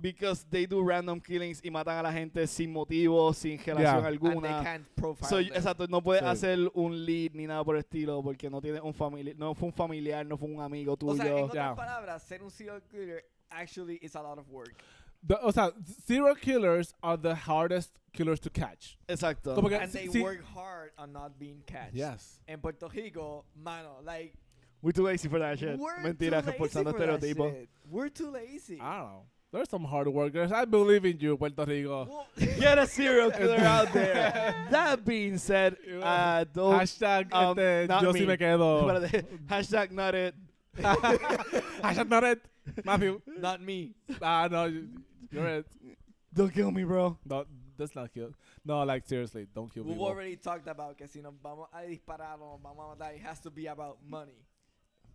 because they do random killings y matan a la gente sin motivo, sin relación
Yeah.
And they
alguna.
can't profile
So,
them.
exacto, no puedes
Sí.
hacer un lead ni nada por el estilo porque no tiene un familiar, no fue un familiar, no fue un amigo tuyo.
O sea, en otras
Yeah.
palabras, ser un serial killer actually is a lot of work.
The- o sea, serial killers are the hardest killers to catch.
exacto.
Como que-
and they
si- si-
work hard on not being catched.
Yes.
En Puerto Rico, mano, like
We're too lazy for that shit.
we're
Mentira,
too lazy
reforzando
for that
estereotipos.
shit. We're too lazy.
Ah.
I don't know. There's some hard workers. I believe in you, Puerto Rico.
Well,
Get a serial killer out there. That being said, uh, don't.
Hashtag,
um,
este,
not
yo
me.
sí me quedo.
espérate, hashtag not it.
Hashtag not it. Matthew.
not me.
Ah, no, you- you're it.
Don't kill me, bro.
No, that's not cute. No, like seriously, don't kill
We've
people.
already talked about que si nos vamos a disparar o nos vamos a matar, it has to be about money.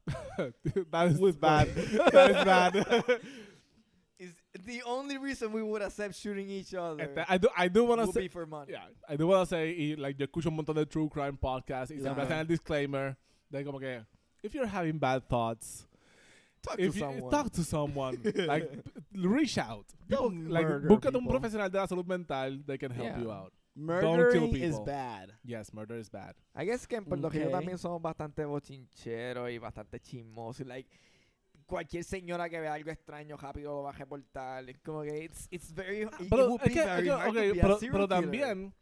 that is bad. that is bad.
Is the only reason we would accept shooting each other
Este, I do, I do want to
would
say,
be for money.
yeah, I do want to say, y, like, yo escucho un montón de true crime podcasts y siempre
Ajá.
hacen el disclaimer de como que, if you're having bad thoughts,
Talk
if
to
you,
someone.
talk to someone, like, reach out.
Don't
Like,
murder
búscate un
people.
profesional de la salud mental, they can help
Yeah.
you out.
Murdering is
people.
bad.
Yes, murder is bad.
I guess que en Puerto Rico
Ok.
también somos bastante bochincheros y bastante chismosos. Like, cualquier señora que vea algo extraño rápido lo va a reportar. Es como que it's, it's very... it- it
Ah, Pero
would
es
be
que, es
very
que,
hard to
okay,
be a
pero,
serial
pero
killer.
también,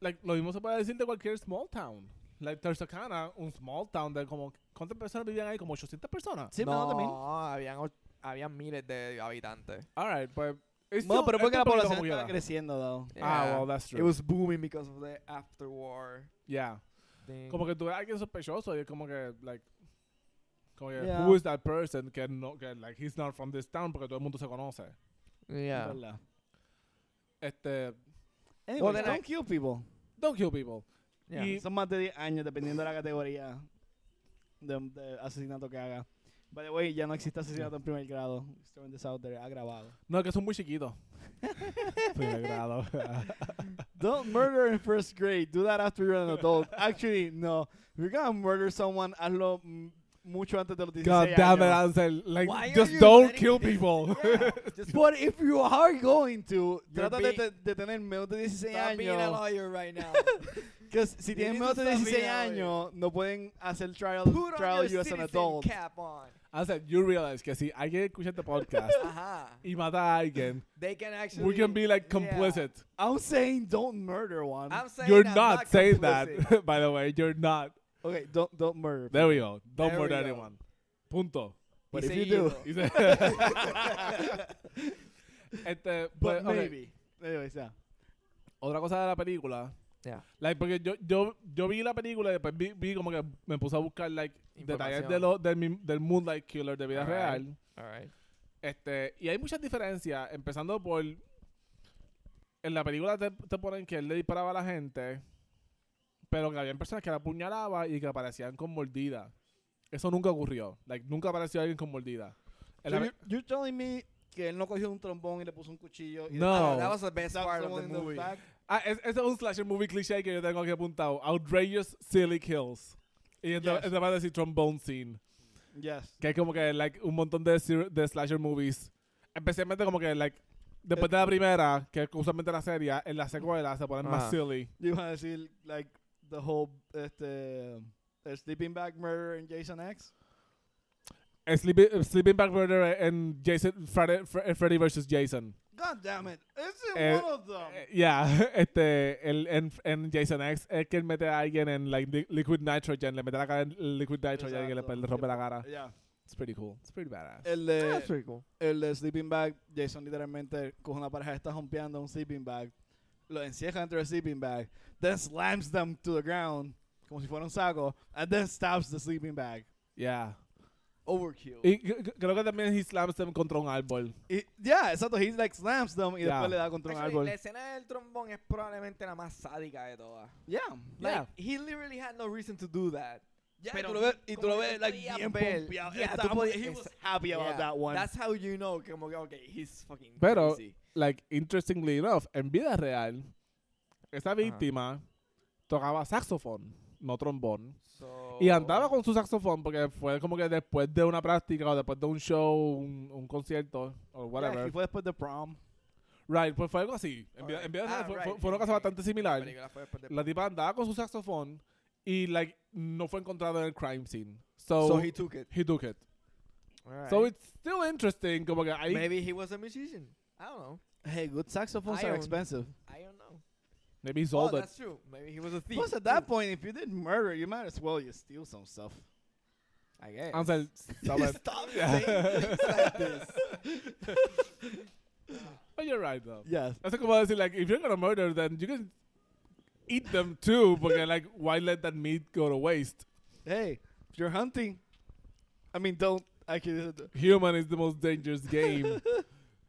like, lo mismo se puede decir de cualquier small town. Like Texarkana, un small town de como, ¿cuántas personas vivían ahí? Como 800 personas.
Sí,
no,
no, también.
habían, och- habían miles de habitantes.
Alright, pues.
No, pero porque la población estaba
creciendo.
creciendo, though.
Ah,
Yeah.
well, that's
It
true.
was booming because of the after war
Yeah.
thing.
Como que tú ves a alguien sospechoso y es como que, like, como que,
Yeah.
who is that person que no, que, like, he's not from this town porque todo el mundo se conoce.
yeah.
¿Verdad?
Este,
Anyways,
then I-
don't kill people.
don't kill people.
Yeah.
Y-
Son más de 10 años, dependiendo de la categoría de, de asesinato que haga. By the way, ya no existe asesinato en primer grado. Just throwing this out there, agravado.
No, que son muy chiquitos. Primer grado.
Don't murder in first grade. Do that after you're an adult. Actually, no. If you're gonna murder someone, hazlo mm, mucho antes de los 16
God
años.
damn it, Ansel. Like,
Why are
just
you
don't
letting
kill
this-
people.
Yeah, just
But if you are going to,
You're
trata de,
being-
te- de tener menos de 16
stop being a
años.
lawyer right now.
Que si
You
tienes
need
menos
to
de
stop being
16
a lawyer.
años, no pueden hacer trial,
Put on
trial
your
you as an
citizen
adult.
cap on.
Ansel, you realize que si alguien escucha este podcast
Ajá.
y mata a alguien,
They can actually...
we can be, like,
yeah.
complicit.
I'm saying don't murder one.
I'm saying
You're
I'm
not, saying
complicit.
that, by the way. You're not.
okay, don't don't murder.
There we go. Don't
There
murder
we go.
anyone. Punto.
But
Dice
if you do,
Ivo.
Is it- este,
but
pues, ok,
maybe. Anyways, yeah.
Otra cosa de la película.
Yeah.
Like, porque yo, yo, yo vi la película y después vi, vi como que me puse a buscar like detalles de
Información.
lo, del, mi- del Moonlight Killer de vida
Alright.
real.
All right.
Este, y hay muchas diferencias, empezando por. En la película te, te ponen que él le disparaba a la gente pero que había personas que la apuñalaba y que aparecían con mordida. Eso nunca ocurrió. Like, nunca apareció alguien con mordida. El
So
ame-
you, you're telling me que él no cogió un trombón y le puso un cuchillo. Y
No.
Ah, that was the
That's
best part of
someone
the
in the
movie.
back.
Ah, es- ese es un slasher movie cliché que yo tengo aquí apuntado. Outrageous Silly Kills. Y entonces
Yes.
va a decir trombone scene.
Yes.
Que es como que, like, un montón de, sir- de slasher movies. Especialmente como que, like, después de la primera, que es usualmente la serie, en la secuela se ponen más
Ajá.
silly.
You want to see like the whole este the sleeping bag murder in Jason X?
Eh, Sleeping, eh, Sleeping Bag Murder en Jason, Friday, Fre- eh, Freddy vs. Jason.
God damn it! It's in
Eh,
one of them.
Eh, yeah, este, el, en, en Jason X es que él mete a alguien en, like, li- Liquid Nitrogen. Le mete la cara en Liquid Nitrogen y le,
Exacto. Eh.
le rompe la cara.
Yeah.
It's pretty cool. It's pretty badass.
El de,
Ah,
That's pretty cool.
el de sleeping bag, Jason literalmente coge una pareja está rompeando un sleeping bag, lo encierra dentro del sleeping bag, then slams them to the ground como si fuera un saco, and then stabs the sleeping bag.
Yeah.
Overkill.
Y c- c- creo que también he slams them contra un árbol.
Y- yeah, exacto. He like slams them y
Yeah.
después le da contra un
Actually,
árbol.
La escena del trombón es probablemente la más sádica de todas.
Yeah.
Like, he literally had no reason to do that.
Yeah,
Pero
y tú lo ves, y
como
tú lo
que
ves
tú
like,
podías
bien
ver.
pompeado.
Yeah,
Él
tú
estaba-
podías-
he was
esa-
happy about
Yeah,
that one.
That's how you know, como que, okay, he's fucking
Pero-
crazy.
Like, interestingly enough, en vida real, esa víctima tocaba saxofón, no trombón.
So-
Y andaba con su saxofón porque fue como que después de una práctica o después de un show, un, un concierto o
Yeah,
whatever.
y fue después de prom.
right, pues fue algo así. En vida,
Alright.
en vida real
Ah,
fue,
right,
fue- fue una
ok,
cosa
ok.
bastante similar.
película fue después de-
La tipa andaba con su saxofón y, like, no fue encontrado en el crime scene. So,
So
he,
he took it.
took it. So
Alright.
it's still interesting como que ahí...
Maybe he was a musician. I don't know.
Hey, good saxophones
I
are
own-
expensive.
I don't know.
Maybe he
Oh,
sold it.
that's true. Maybe he was a thief.
Plus, at that point, if you didn't murder, you might as well you steal some stuff.
I guess.
Ansel, stop it.
Stop
Yeah.
saying things like this.
But oh, you're right though.
Yes.
That's como decir, like, if you're gonna murder, then you can eat them too, porque, like, why let that meat go to waste?
Hey, if you're hunting, I mean, don't actually. this is the-
Human is the most dangerous game.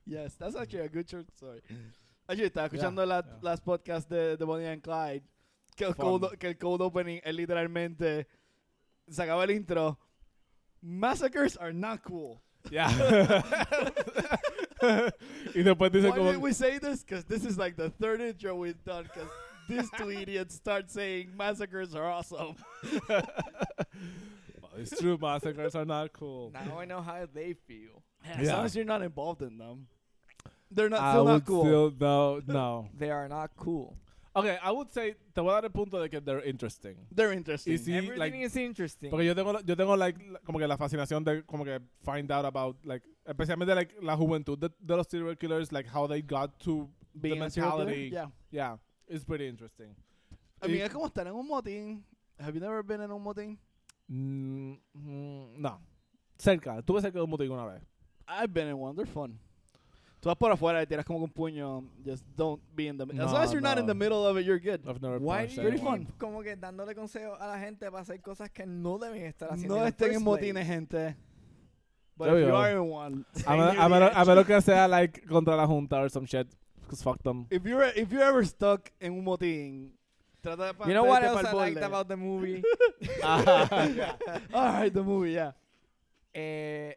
Yes, that's actually a good short story. Actually, estaba
Yeah,
escuchando la-
yeah.
las podcasts de, de Bonnie and Clyde. Que el,
Fun.
cold, o- que el cold opening es literalmente. Sacaba el intro. Massacres are not cool.
yeah. y después dicen
Why
como...
did we say this? Because this is like the third intro we've done. Because these two idiots start saying massacres are awesome.
Well, "Oh, it's true, massacres are not cool.
Now I know how they feel.
As
Yeah.
long as you're not involved in them, they're not
I
still not
would
cool.
still- no, no.
They are not cool.
Okay, I would say, te voy a dar el punto de que they're interesting.
they're interesting.
Is he-
Everything
like-
is interesting.
Porque yo tengo, yo tengo like, la- como que la fascinación de como que find out about, like, especialmente like, la juventud de, de los serial killers, like how they got to
Being
the
a serial killer?
mentality.
Yeah.
Yeah, it's pretty interesting.
I mean, es como estar en un motín. Have you never been in un motín?
Mm, mm, no. Cerca. Estuve cerca de un motín una vez.
I've been in one. They're fun. Tú vas por afuera y tiras como con un puño. Just don't be in the middle. As
No,
long as you're not in
no.
the middle of it, you're good.
I've never
Why
punched
do you
Pretty
anyone.
fun.
keep como que dándole consejos a la gente para hacer cosas que no deben estar haciendo?
No
the
estén en
first place?
motines, gente. But
There
if
we
you
go.
are in one,
A menos- a menos- a menos que sea, like, contra la junta or some shit. Because fuck them.
if you're if you're ever stuck en un motín, trata de pa-
You know what
de- de
else I
pa'l
liked
borde.
about the movie?
All right, the movie, yeah.
eh,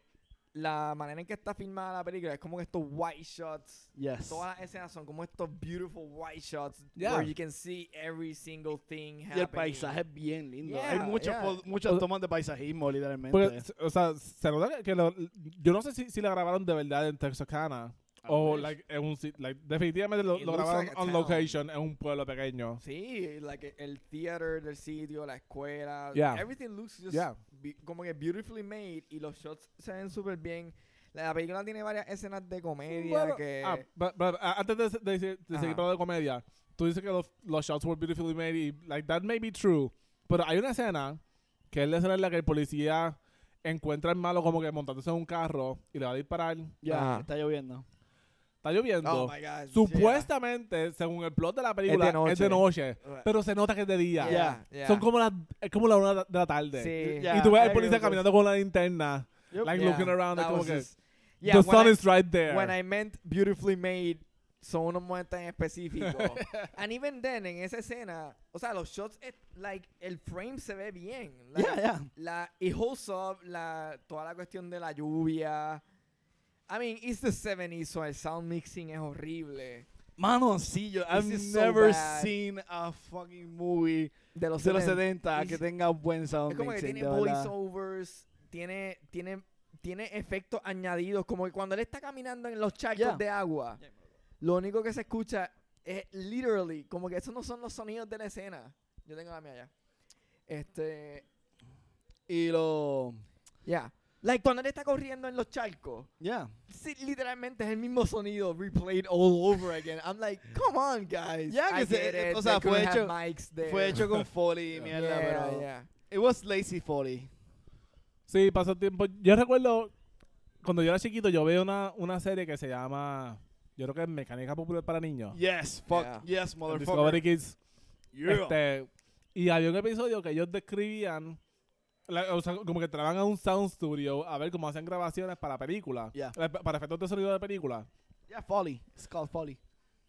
la manera en que está filmada la película es como que estos white shots.
Yes.
Todas las escenas son como estos beautiful white shots
Yeah.
where you can see every single thing
Y el
happening.
paisaje es bien lindo. Hay
Yeah,
muchas
yeah.
fo- muchas tomas de paisajismo, literalmente.
Porque, Pues, o sea, se nota que- que lo- yo no sé si, si la grabaron de verdad en Texarkana o
wish.
oh, like, en un sit- like, definitivamente lo,
It
lo
looks
grabaron
like a
on
town.
location en un pueblo pequeño.
Sí, like e- el theater del sitio, la escuela,
Yeah.
everything looks just
Yeah.
be- como que beautifully made y los shots se ven súper bien. La película tiene varias escenas de comedia
Bueno,
que
ah, but- but, ah, antes de, de- de seguir
Ajá.
hablando de comedia, tú dices que los, los shots were beautifully made y like that may be true, pero hay una escena que es la escena en la que el policía encuentra al malo como que montándose en un carro y le va a disparar.
Ya,
Ajá.
está lloviendo.
Está lloviendo.
Oh my god.
Supuestamente, según el plot de la película,
noche.
es de noche,
yeah.
pero se nota que es de día.
Yeah,
Yeah.
Uh, yeah.
Son como las es como la una de la tarde.
Sí.
Yeah.
Y tú ves al
I
policía
remember.
caminando con la linterna,
Yep.
like
Yeah,
looking around,
that
como
was
que
just- yeah,
the
when
sun
I-
is right there.
When I meant beautifully made, son unos momentos en específico. And even then, en esa escena, o sea, los shots, eh, like, el frame se ve bien. Like,
Yeah, yeah.
La, it holds up, la, toda la cuestión de la lluvia. I mean, it's the 70s, so el sound mixing es horrible.
Mano,
Sí, yo,
This
I've
is so
never
bad.
seen a fucking movie
De los
de los
70s.
70 que
Is-
tenga buen sound
Es como que
mixing,
tiene
de verdad.
voiceovers, tiene, tiene, tiene efectos añadidos, como que cuando él está caminando en los charcos
Yeah.
de agua, lo único que se escucha es literally, como que esos no son los sonidos de la escena. Yo tengo la mía ya. Este,
Y lo...
ya. Like cuando él está corriendo en los charcos,
Yeah.
sí, literalmente es el mismo sonido replayed all over again. I'm like, come on guys.
Yeah,
I
que se-
get it,
o sea,
they couldn't
fue
have
hecho-
mics there.
Fue hecho con Foley,
Yeah.
mierda,
Yeah,
pero...
yeah.
It was lazy Foley.
Sí, pasó tiempo. Yo recuerdo, cuando yo era chiquito, yo veía una, una serie que se llama, yo creo que es Mecánica Popular para Niños.
Yes, fuck,
Yeah.
yes,
en
motherfucker.
Discovery Kids.
Yeah.
Este, y había un episodio que ellos describían, la- o sea, como que traban a un sound studio a ver cómo hacen grabaciones para películas,
Yeah.
eh, pa- para efectos de sonido de películas.
Yeah, Foley. It's called Foley.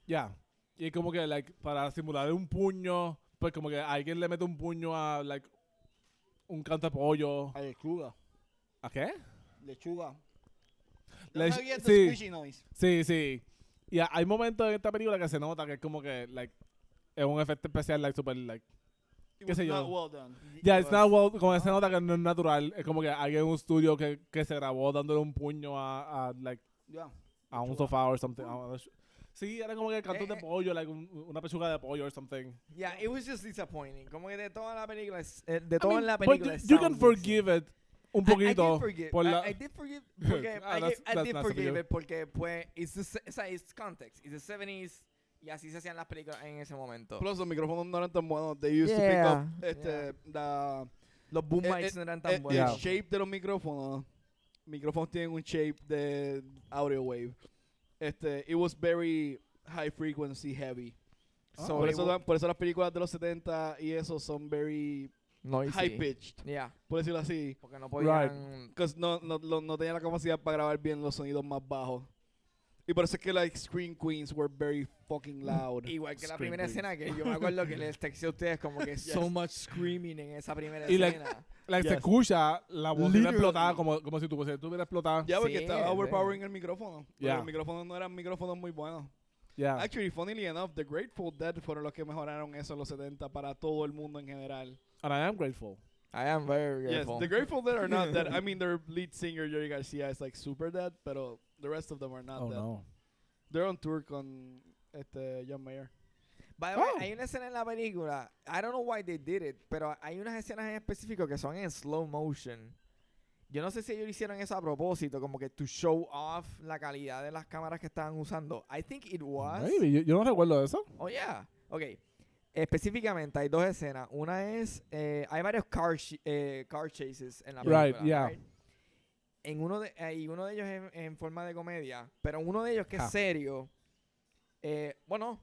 Ya. Y es como que, like, para simular un puño, pues como que alguien le mete un puño a, like, un canto de pollo.
A lechuga.
¿A qué?
Lechuga.
Lech-
That's how you get the
sí.
squishy noise.
Sí, sí. Y ha- hay momentos en esta película que se nota que es como que, like, es un efecto especial, like, super, like.
It
Qué
was
sé yo.
not well done.
Ya,
It
it's
was-
not well- como que se nota que no es natural. Es como que alguien en un estudio que, que se grabó dándole un puño a, a, like,
Yeah.
a un sofá o something. a una- Sí, era como que cantos
Eh,
de pollo, like, un- una pechuga de pollo o something.
Yeah, it was just disappointing. Como que de toda la película, es- eh, de
I
todo
mean,
en la
but
película.
you-
es
you,
sound
can
mixing.
forgive it un
I- I,
poquito
did forgive.
por
I-
la-
I, did forgive porque
Ah,
I,
that's-
did- I
that's
did
nice of
forgive
you.
it porque pues it's the, se- o sea, it's context, it's the 70s y así se hacían las películas en ese momento.
Plus, los micrófonos no eran tan buenos. They used to pick
Yeah.
up este, la,
Los boom
eh,
mics no eran
eh,
tan
el
buenos.
shape de los micrófonos. Micrófonos tienen un shape de audio wave. Este, it was very high frequency heavy.
Ah,
So
Por
they
eso,
were
la- por eso las películas de los 70 y eso son very
noisy.
high pitched,
Yeah,
por decirlo así.
porque no
Right.
podían
Because no, no, lo- no tenían la capacidad para grabar bien los sonidos más bajos. Y por eso es que like Scream Queens were very fucking loud.
Igual que la
Scream
primera
queens.
escena que yo me acuerdo que les texté a ustedes como que so much screaming en esa primera
Y la-
escena.
like, se
Yes.
escucha la bocina
Literally.
explotada como, como si tu bocina estuviera explotada.
Ya, porque
Sí,
estaba
sí.
overpowering el micrófono. Pero
Yeah.
Los micrófonos no eran micrófonos muy buenos.
Ah.
Yeah.
Actually, funnily enough, The Grateful Dead fueron los que mejoraron eso en los 70 para todo el mundo en general.
And I am grateful.
I am very
Yes, The Grateful Dead are not dead. I mean, their lead singer, Jerry Garcia, is like super dead, pero the rest of them are not
oh,
dead.
no.
They're on tour con este, John Mayer.
By the way,
Oh.
hay una escena en la película, I don't know why they did it, pero hay unas escenas en específico que son en slow motion. Yo no sé si ellos hicieron eso a propósito, como que to show off la calidad de las cámaras que estaban usando. I think it was.
Maybe. Yo, yo no recuerdo eso.
Oh, yeah. Ok. Específicamente hay dos escenas. Una es, eh, hay varios car, ch- eh, car chases en la
Yeah.
película.
Right, yeah.
En uno de, eh, y uno de ellos en, en forma de comedia, pero uno de ellos que
Ah.
es serio. eh, bueno,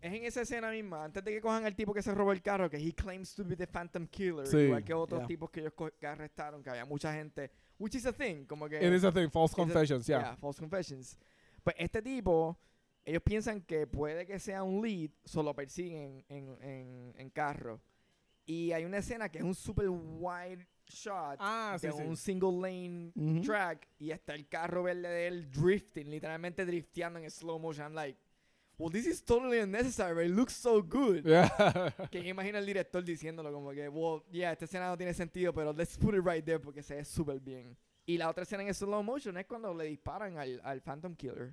es en esa escena misma, antes de que cojan al tipo que se robó el carro, que he claims to be the Phantom Killer,
Sí,
igual que otros
yeah.
tipos que ellos co- que arrestaron, que había mucha gente, which is a thing, como que...
It is a thing. False
It's a-
confessions.
Yeah.
yeah.
false confessions. Pues este tipo, ellos piensan que puede que sea un lead, solo persiguen en, en, en carro. Y hay una escena que es un super wide shot
Ah, sí,
de
sí.
un single lane
Mm-hmm.
Ujú.
track y está el carro verde de él drifting, literalmente drifteando en slow motion. I'm like, well, this is totally unnecessary, but it looks so good.
Yeah.
Que yo imagino al director diciéndolo como que, well, yeah, esta escena no tiene sentido, pero let's put it right there porque se ve súper bien. Y la otra escena en slow motion es cuando le disparan al, al Phantom Killer.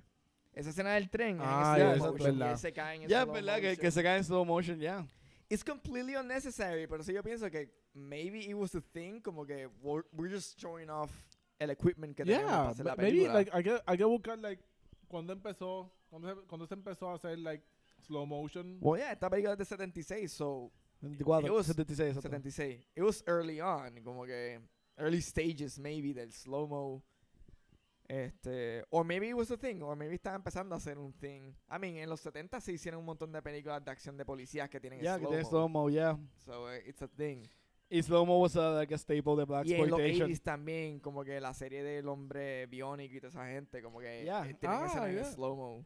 Esa escena del tren
Ah,
es en slow
ya, esa es
motion y
verdad.
él se cae en
Ya, es
slow
verdad que,
motion.
que se cae en slow motion, ya.
It's completely unnecessary, pero sí yo pienso que maybe it was a thing, como que we're, we're just showing off el equipment que tenemos para
yeah.
hacer la
ma- Maybe
película.
like, hay, que, hay que buscar like, cuando empezó, cuando se, cuando se empezó a hacer like, slow motion.
well, yeah, esta película es de 76, so
74,
It was
76, exacto.
76. It was early on, como que early stages maybe del slow mo. Este, or maybe it was a thing, or maybe estaba empezando a hacer un thing. I mean, en los 70 se hicieron un montón de películas de acción de policías que tienen
Ya, que
slow
tiene
mo.
slow mo, ya.
So eh, it's a thing.
Y slow mo was a, like a staple de black
Y en los
exploitation.
80s también, como que la serie del hombre biónico y toda esa gente, como que
Yeah.
eh, tienen
Ah,
escenas en
yeah.
slow mo.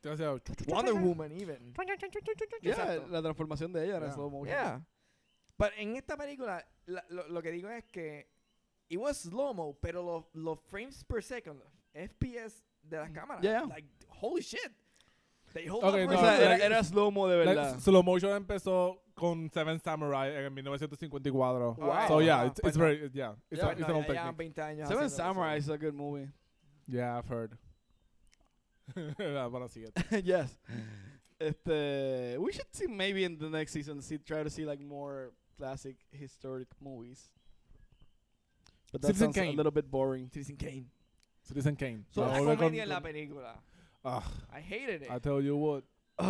Te hace-
Wonder Woman even.
Yeah,
Exacto.
la transformación de ella era
Yeah.
slow motion.
Yeah. Pero en esta película, la- lo, lo que digo es que it was slow-mo, pero los los frames per second, los FPS de las cámaras.
Mm. Yeah.
Like, holy shit. They hold
Okay,
up
O
for
no,
a
sea, era,
second.
era slow mo de
Like,
verdad.
slow motion empezó con Seven Samurai en 1954.
Wow.
So yeah,
Ah,
it's,
pues
it's
no.
very yeah, it's,
Yeah,
a,
Pues
it's
no,
an old
ya llevan
technique.
20 años
Seven
haciendo eso.
Samurai is a good movie.
Yeah, I've heard. Ah, para la siguiente.
yes. Este, we should see maybe in the next season see try to see like more classic historic movies. But that
Citizen
sounds a
Kane.
little bit boring.
Citizen Kane.
Citizen Kane.
So,
Para
la
volver con-
comedia en la película.
Ah,
I hated it.
I tell you what.
I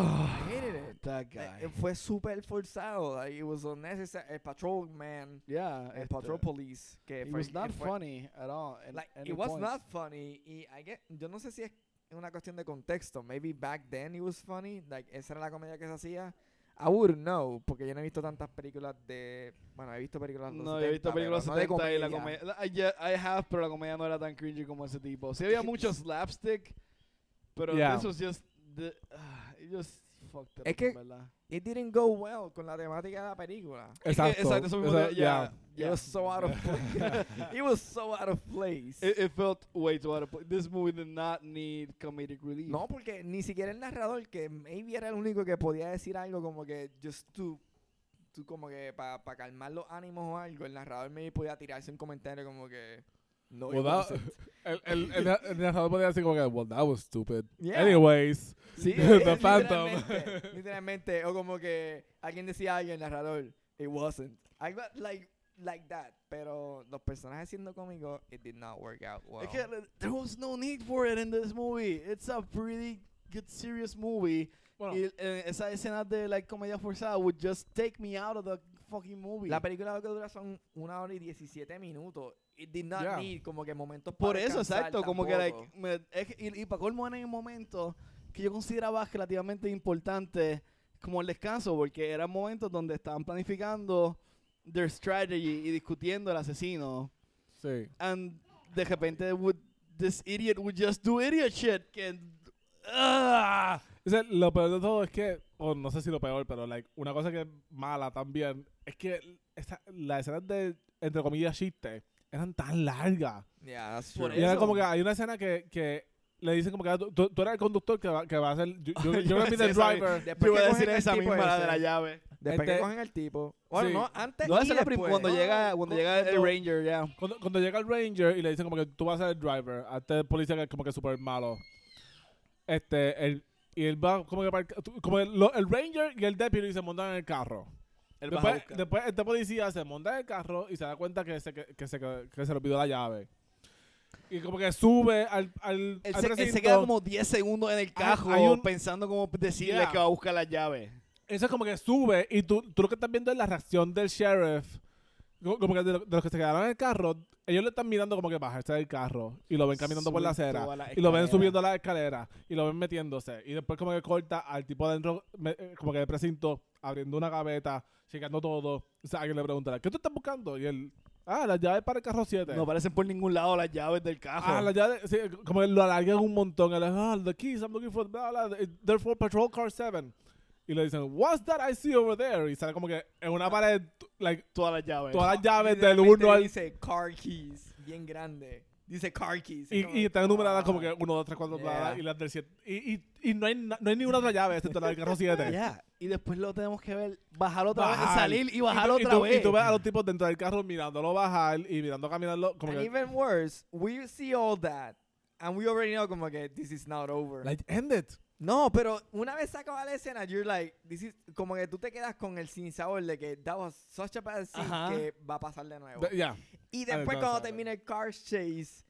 hated it.
that guy.
Like, eh, Fue super forzado. Like, it was unnecessary. El patrolman,
yeah,
el
este,
patrol police. Que
It
fue-
was not
que fue-
funny at all. in
Like,
any
it was
point.
not funny. Y I get, yo no sé si es una cuestión de contexto. Maybe back then it was funny. Like, esa era la comedia que se hacía. I wouldn't know, porque yo no he visto tantas películas de... Bueno, he visto películas de los
No, yo he visto
70, pero
películas
no de
70 y la
comedia.
comedia. I, yeah, I have, pero la comedia no era tan cringy como ese tipo. Sí había mucho slapstick, pero
Yeah.
this was just. The, ah, it just fucked it
Es
up,
que-
en ¿verdad?
It didn't go well con la temática de la película.
Es que-
Exacto.
Exacto, eso mismo
Esa-
de-
yeah.
yeah,
It
yeah.
was so out of place. it was so out of place.
It, it felt way too out of place. This movie did not need comedic relief.
No, porque ni siquiera el narrador, que maybe era el único que podía decir algo como que just to, to como que para calmar los ánimos o algo, el narrador maybe podía tirarse un comentario como que no
Well,
it
that-
wasn't".
El, el, el, el narrador podía decir como que, well, that was stupid.
Yeah.
Anyways.
Sí,
The
eh,
Phantom.
Literalmente, literalmente, o como que alguien decía algo el narrador, it wasn't. Algo like like that, pero los personajes siendo cómicos it did not work out well.
Es que, eh, there was no need for it in this movie. It's a pretty good serious movie.
Bueno,
Y eh, esa escena de like comedia forzada would just take me out of the fucking movie.
La película lo que dura son una hora y 17 minutos. It did not
Yeah.
need como que momentos
Por
para
eso,
descansar
exacto. Como que,
tampoco.
like, me- es que- y, para colmo en un momento que yo consideraba relativamente importante como el descanso, porque eran momentos donde estaban planificando their strategy y discutiendo el asesino.
sí.
And de repente, would, this idiot would just do idiot shit. Que, ah.
O sea, lo peor de todo es que, o no sé si lo peor, pero like, una cosa que es mala también es que esa- las escenas de, entre comillas, chiste eran tan largas.
Yeah, that's
Por
true.
Y era
Eso.
como que hay una escena que, que le dicen como que "Ah, tú, tú- tú eres el conductor que va, que va a ser, yo, yo, yo
Yo
voy
iba a
a be the
decir esa
driver.
Yo
Después
iba
que cogen
a decir
el
esa
tipo
misma, la de
ese,
la llave.
Después que
Este-
cogen el tipo. Bueno,
Sí.
no, antes.
No,
y
esa es la prim-
después.
cuando
pues. No,
llega, cuando llega el
cuando-
ranger, ya.
Cuando, cuando llega el ranger y le dicen como que tú vas a ser el driver, a este policía que es como que súper malo. Este, él, y él va como que para el, ca- tú- como el, lo- el ranger y el deputy se montan en el carro.
Él baja a
Después,
buscar.
después este policía se monta en el carro y se da cuenta que se, que, que se, que se le olvidó la llave. Y como que sube al, al,
Él
al
se, él se
recinto.
queda como 10 segundos en el carro
hay un-
pensando cómo decirle
Yeah.
que va a buscar la llave.
Eso es como que sube y tú, tú lo que estás viendo es la reacción del sheriff. Co- Como que de, lo- de los que se quedaron en el carro, ellos le están mirando como que bajarse del carro y lo ven caminando por la
Subir
acera.
toda la
Y lo ven
escalera.
subiendo la escalera y lo ven metiéndose. Y después como que corta al tipo adentro, me- eh, como que del precinto, abriendo una gaveta, checando todo. O sea, alguien le preguntará, ¿qué tú estás buscando? Y él, ah, las llaves para el carro 7.
No aparecen por ningún lado las llaves del carro.
Ah, las llaves, sí, como que lo alargan un montón. Él, ah, the keys I'm looking for, bla, bla, bla, they're for patrol car 7. Y le dicen, what's that I see over there? Y sale como que en
Ah.
una pared, t- like,
Todas las llaves.
todas las llaves del
literalmente
1 al...
Dice car keys. Bien grande. Dice car keys. es
Y,
como
y
que,
están numeradas como que
ah.
1, 2, 3, 4, bla, bla,
Yeah.
y las del 7. Y, y, y no, hay, na- no hay ni una otra llave excepto la del carro 7.
Yeah. Y después lo tenemos que ver bajar otra vez,
Bajar.
salir y bajar
y tú, y
otra
tú-
vez.
Y tú ves a los tipos dentro del carro mirándolo bajar y mirando caminarlo como
And
que...
even worse, we see all that. And we already know como que this is not over.
Like, end it.
No, pero una vez se acaba la escena, you're like, this is, como que tú te quedas con el sinsabor de que that was such a bad scene
Ajá.
que va a pasar de nuevo.
Th- yeah.
y
ver,
después
no,
cuando
sabe.
termina el car chase,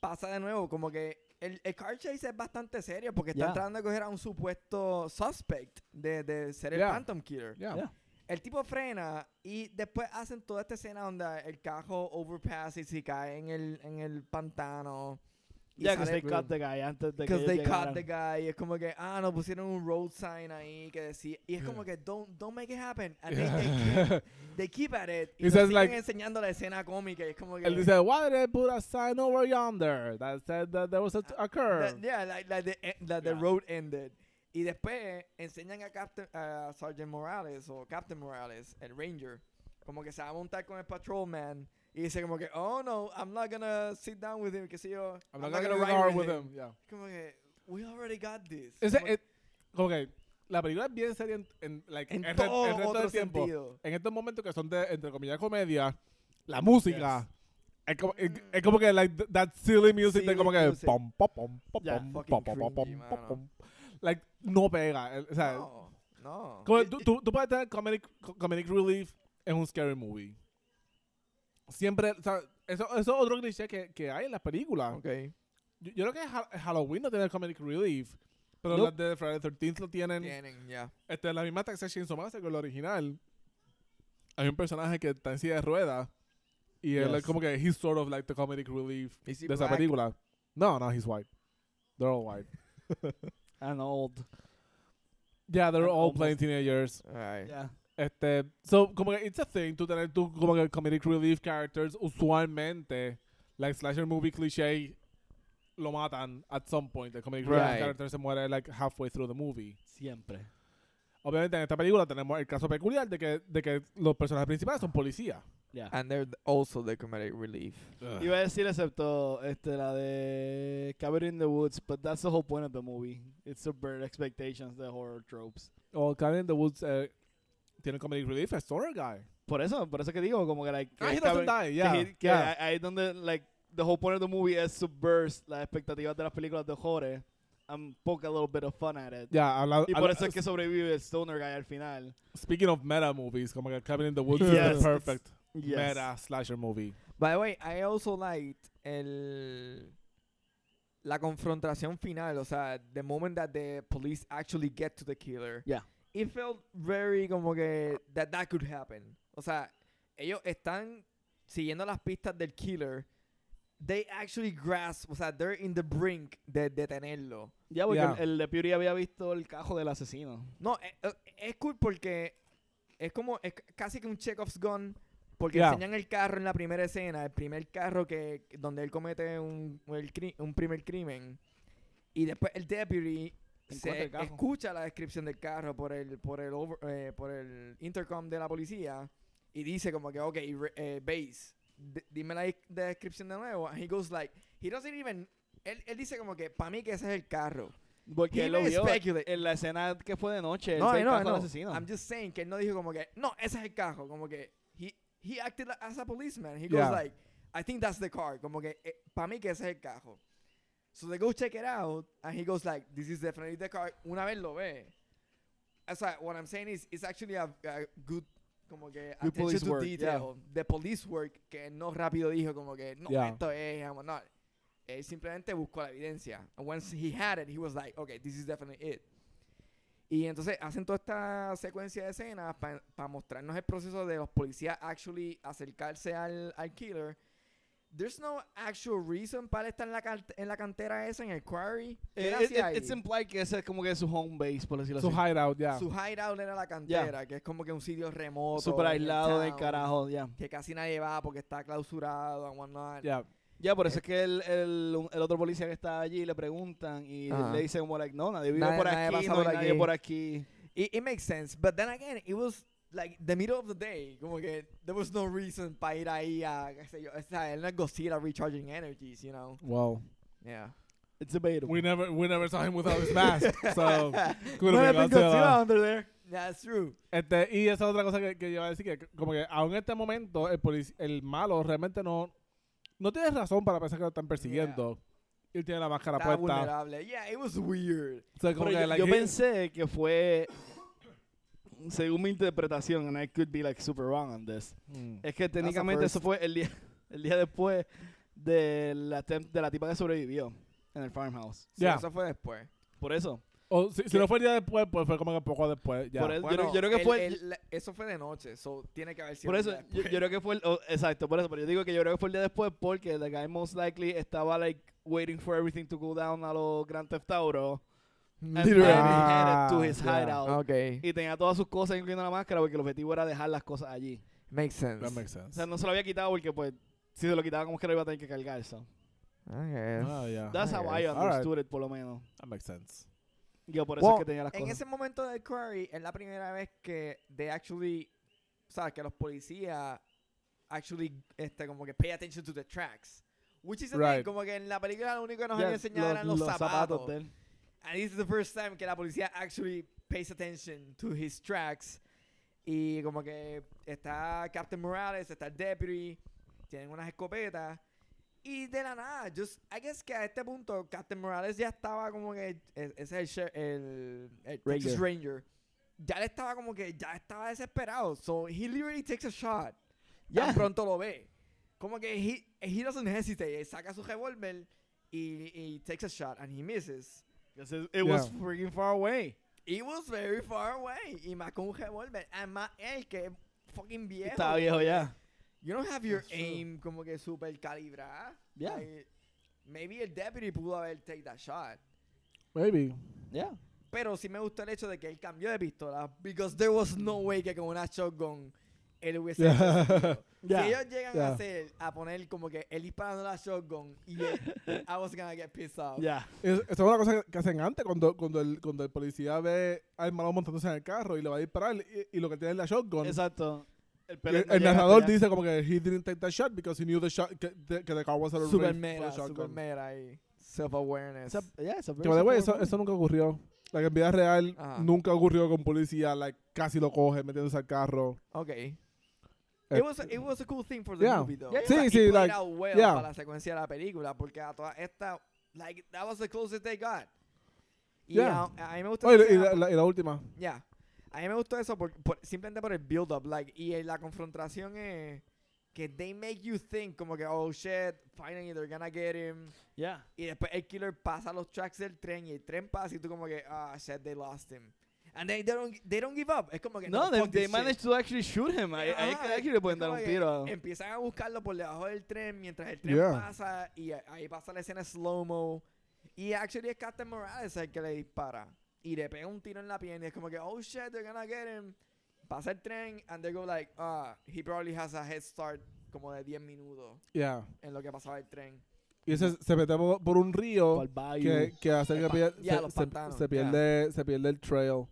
pasa de nuevo, como que el, el car chase es bastante serio porque están
Yeah.
tratando de coger a un supuesto suspect de, de ser el
Yeah.
Phantom Killer.
Yeah.
Yeah.
El tipo frena y después hacen toda esta escena donde el carro overpasses y cae en el, en el pantano. y
Yeah, because
sale-
they cut the guy antes de que
Because
ellos
they caught
llegaran.
the guy. y Es como que, ah, nos pusieron un road sign ahí que decía. Y es como que, don't, don't make it happen. And they- they, keep- they keep at it. Y nos
It says
siguen
like-
enseñando la escena cómica. Y es como que.
Él dice, why did they put a sign over yonder that said that there was a, a curve?
that- yeah, like, like the, en- that the
Yeah.
road ended. Y después enseñan a Captain, a Sergeant Morales o Captain Morales, el Ranger, como que se va a montar con el Patrolman. Y dice como que, oh no, I'm not gonna sit down with him, que sé yo.
I'm not gonna ride hard with him. Yeah.
Como que, we already got this.
Ese,
Como-
eh, como que la película es bien seria en, en, like,
en
el re-
todo
el resto
otro
del tiempo.
sentido.
En estos momentos que son de, entre comillas, comedia, la música. Es como, es, es como que, like, th- that silly music, de
Silly
como que.
music.
Pom, pom, pom, pom,
Yeah,
pom,
fucking
pom, pom, pom,
cringy,
pom,
mano.
pom. Like, no pega. eh, O sea,
No, no.
como tú, tú, tú puedes tener comedic, co- comedic relief en un scary movie. Siempre, o sea, eso, eso es otro cliché que, que hay en las películas.
Ok.
Yo, yo creo que Ha- Halloween no tiene comedic relief. Pero
Nope.
las de Friday the 13th lo tienen.
Tienen, ya.
Este, la misma Texas Chainsaw Massacre, la original. Hay un personaje que está en silla de ruedas. Y él
Yes.
es como que he's sort of like the comedic relief
Is he
de esa
black?
película. No, no, he's white. They're all white.
And old.
Yeah, they're
And
all
almost-
playing teenagers.
Alright.
Yeah.
Este, so, como que it's a thing to tener tu como que comedic relief characters usualmente, like slasher movie cliché, lo matan at some point. The comedic relief
Right.
character se muere like halfway through the movie.
Siempre.
Obviamente en esta película tenemos el caso peculiar de que, de que los personajes principales son policías.
Yeah.
And they're also the comedic relief.
Iba a decir excepto este, la de Cabin in the Woods, but that's the whole point of the movie. It's subvert expectations, the horror tropes.
O Cabin Oh, in the Woods eh, tiene comedic relief, es Stoner Guy.
Por eso, por eso que digo, como que like, que
Ah, he doesn't
Cabin-
die,
que
yeah.
he- que
yeah.
ahí- ahí es donde like the whole point of the movie es subvert las expectativas de las películas de horror and poke a little bit of fun at it.
Yeah, habla-
Y por
habla-
eso es que sobrevive el stoner guy al final.
Speaking of meta movies, como que Cabin in the Woods
Yes,
is the perfect
Yes.
meta slasher movie.
By the way, I also liked el la confrontación final, o sea, the moment that the police actually get to the killer.
Yeah.
It felt very como que that that could happen. O sea, ellos están siguiendo las pistas del killer. They actually grasp, o sea, they're in the brink de detenerlo.
Ya, porque
Yeah.
El, el deputy había visto el cajo del asesino.
No, eh, eh, es, cool porque es como, es c- casi que un Chekhov's gun. Porque
Yeah.
enseñan el carro en la primera escena, el primer carro que donde él comete un, el cri- un primer crimen. Y después el deputy
Encuentra
se
el carro.
escucha la descripción del carro por el, por el, over- eh, por el intercom de la policía y dice como que, ok, re- eh, base, d- dime la dis- descripción de nuevo. And he goes like, he doesn't even, él, él dice como que, para mí que ese es el carro.
Porque
He
él lo
didn't
vio
speculate.
en la escena que fue de noche.
No,
él ve
I
el
know, I
cajo del
know.
asesino.
I'm just saying que él no dijo como que, no, ese es el carro. Como que, he, he acted like- as a policeman. He goes
Yeah.
like, I think that's the car. Como que, para mí que ese es el carro. So they go check it out, and he goes like, this is definitely the car. Una vez lo ve. O sea, what I'm saying is, it's actually a, a good, como que,
Good police
attention to
work, yeah.
detail. The police work, que no rápido dijo como que, no,
Yeah.
esto es, I'm not. Él simplemente buscó la evidencia. And once he had it, he was like, okay, this is definitely it. Y entonces hacen toda esta secuencia de escenas para mostrarnos el proceso de los policías actually acercarse al, al killer. There's no actual reason para él estar en la, carte- en la cantera esa, en el quarry. ¿Qué
Eh,
era
it-
hacia
it- it's
ahí?
implied que ese es como que su home base, por decirlo
Su
así.
hideout, yeah.
Su hideout era la cantera, que es como que un sitio remoto. en
Super
el
aislado del
town,
carajo, ya.
Que casi nadie va porque está clausurado and whatnot.
yeah.
Ya, por
Eh.
eso es que el, el, el otro policía que está allí le preguntan y
Ajá.
le dicen como like, no, nadie vive
Nadie-
por
nadie
aquí,
pasa
no hay
por
nadie
aquí.
por aquí.
It, it makes sense. But then again, it was like the middle of the day. Como que there was no reason para ir ahí a, qué sé yo, o sea, él no es Godzilla recharging energies, you know?
Wow.
Yeah.
It's debatable.
We never, we never saw him without his mask. so, could
Might
have
have been
been Godzilla.
Godzilla under there.
That's true.
Este, y esa es otra cosa que, que yo iba a decir, que como que aún en este momento el, polic- el malo realmente no, no tiene razón para pensar que lo están persiguiendo. Él tiene la máscara
Estaba
puesta.
vulnerable. Yeah, it was weird.
So,
Pero
como que,
yo,
like,
yo
he-
pensé que fue, según mi interpretación, and I could be like super wrong on this,
Mm.
es que técnicamente
first.
eso fue el día, el día después del attempt- de la tipa que sobrevivió en el farmhouse.
So,
Yeah.
Eso fue después.
Por eso.
O si, si no fue el día después, pues fue como que poco después. Ya.
Por eso- yo creo- yo creo que
el-
fue-
el- la- eso fue de noche, so, tiene que haber sido.
Por
un
eso,
día
yo,
después.
yo creo que fue el, oh, exacto, por eso, pero yo digo que yo creo que fue el día después porque the guy most likely estaba like waiting for everything to go down a los Grand Theft Auto and then
Literally.
headed to
Ah,
his
ya.
hideout
Ah, ok.
y tenía todas sus cosas incluyendo la máscara porque el objetivo era dejar las cosas allí.
Makes sense.
That makes
O
sense.
sea, no se lo había quitado porque pues si se lo quitaba como que lo iba a tener que cargar, so.
I guess.
Ah, yeah.
That's how I
Alright.
understood it por lo menos.
That makes sense.
Yo por eso
Well,
es que tenía las
En
cosas.
ese momento del query es la primera vez que they actually, o sea, que los policías actually, este, como que pay attention to the tracks. Which is a thing,
Right.
como que en la película lo único que nos
Yeah,
habían enseñado eran los, zapatos.
de él.
And this is the first time que la policía actually pays attention to his tracks. Y como que está Captain Morales, está el Deputy, tienen unas escopetas. Y de la nada, just, I guess que a este punto Captain Morales ya estaba como que, e- ese es el, sheriff- el, el Texas Ranger. Ya le estaba como que, ya estaba desesperado. So he literally takes a shot. Ya
Yeah.
pronto lo ve. Como que he, he doesn't hesitate. Él saca su revólver y, y takes a shot and he misses.
Because It, it was
Yeah.
freaking far away.
It was very far away. Y más con un revólver. Además, él que es fucking viejo.
Estaba viejo ya.
You don't have your
That's true.
aim como que super calibrada.
Yeah.
Like, maybe el deputy pudo haber take that shot.
Maybe.
Yeah.
Pero sí me gustó el hecho de que él cambió de pistola. Because there was no way que con una shotgun él hubiese
Yeah.
conseguido.
Yeah.
Si ellos llegan a
Yeah.
hacer, a poner como que él disparando la shotgun y él, I was gonna get pissed off.
Yeah.
Es- Esa es una cosa que hacen antes cuando, cuando, el, cuando el policía ve al malo montándose en el carro y le va a disparar y, y lo que tiene es la shotgun.
Exacto.
el,
pellet no
el
llega
narrador
hasta allá.
dice como que he didn't take that shot because he knew the shot que, the, que the car was at a
Super
range for
meta,
a
super
shotgun.
meta y self-awareness.
It's a- yeah, it's a
Que
very
by the way, eso,
simple
eso nunca ocurrió. La que en vida real
Ajá.
nunca ocurrió que un policía like, casi lo coge metiéndose al carro.
Okay.
Eh,
It was a, it was a cool thing for the
yeah.
movie though.
Yeah,
O
sí,
sea, it
sí,
played
like,
out well
yeah.
para la secuencia de la película porque a toda esta like that was the closest they got. Y
Yeah.
a, a mí me gustó
Oh, y,
esa
la- y
escena
la,
pues.
la- y la última.
por- yeah. A mí me gustó eso por, por- simplemente por el build up like y eh, la confrontación es que they make you think como que oh shit, finally they're gonna get him.
Yeah.
Y después el killer pasa los tracks del tren y el tren pasa y tú como que ah shit, they lost him. And they, they don't they don't give up. Es como que
No,
no,
they,
fuck this
they
shit".
managed to actually shoot him. Ahí
Ajá,
ahí es que actually le pueden
es
dar
como
un
que
tiro.
Empiezan a buscarlo por debajo del tren mientras el tren
Yeah.
pasa y a- ahí pasa la escena slow-mo. Y actually es Captain Morales el que le dispara. Y le pega un tiro en la pierna y es como que, oh shit, they're gonna get him. Pasa el tren and they go like, ah, he probably has a head start como de 10 minutos
Yeah.
en lo que pasaba el tren.
Y ese se mete por, por un río
Por Bayou.
que, que hace que
Epa,
pier-
ya,
se-
los
se,
pantanos,
se pierde, se pierde el trail.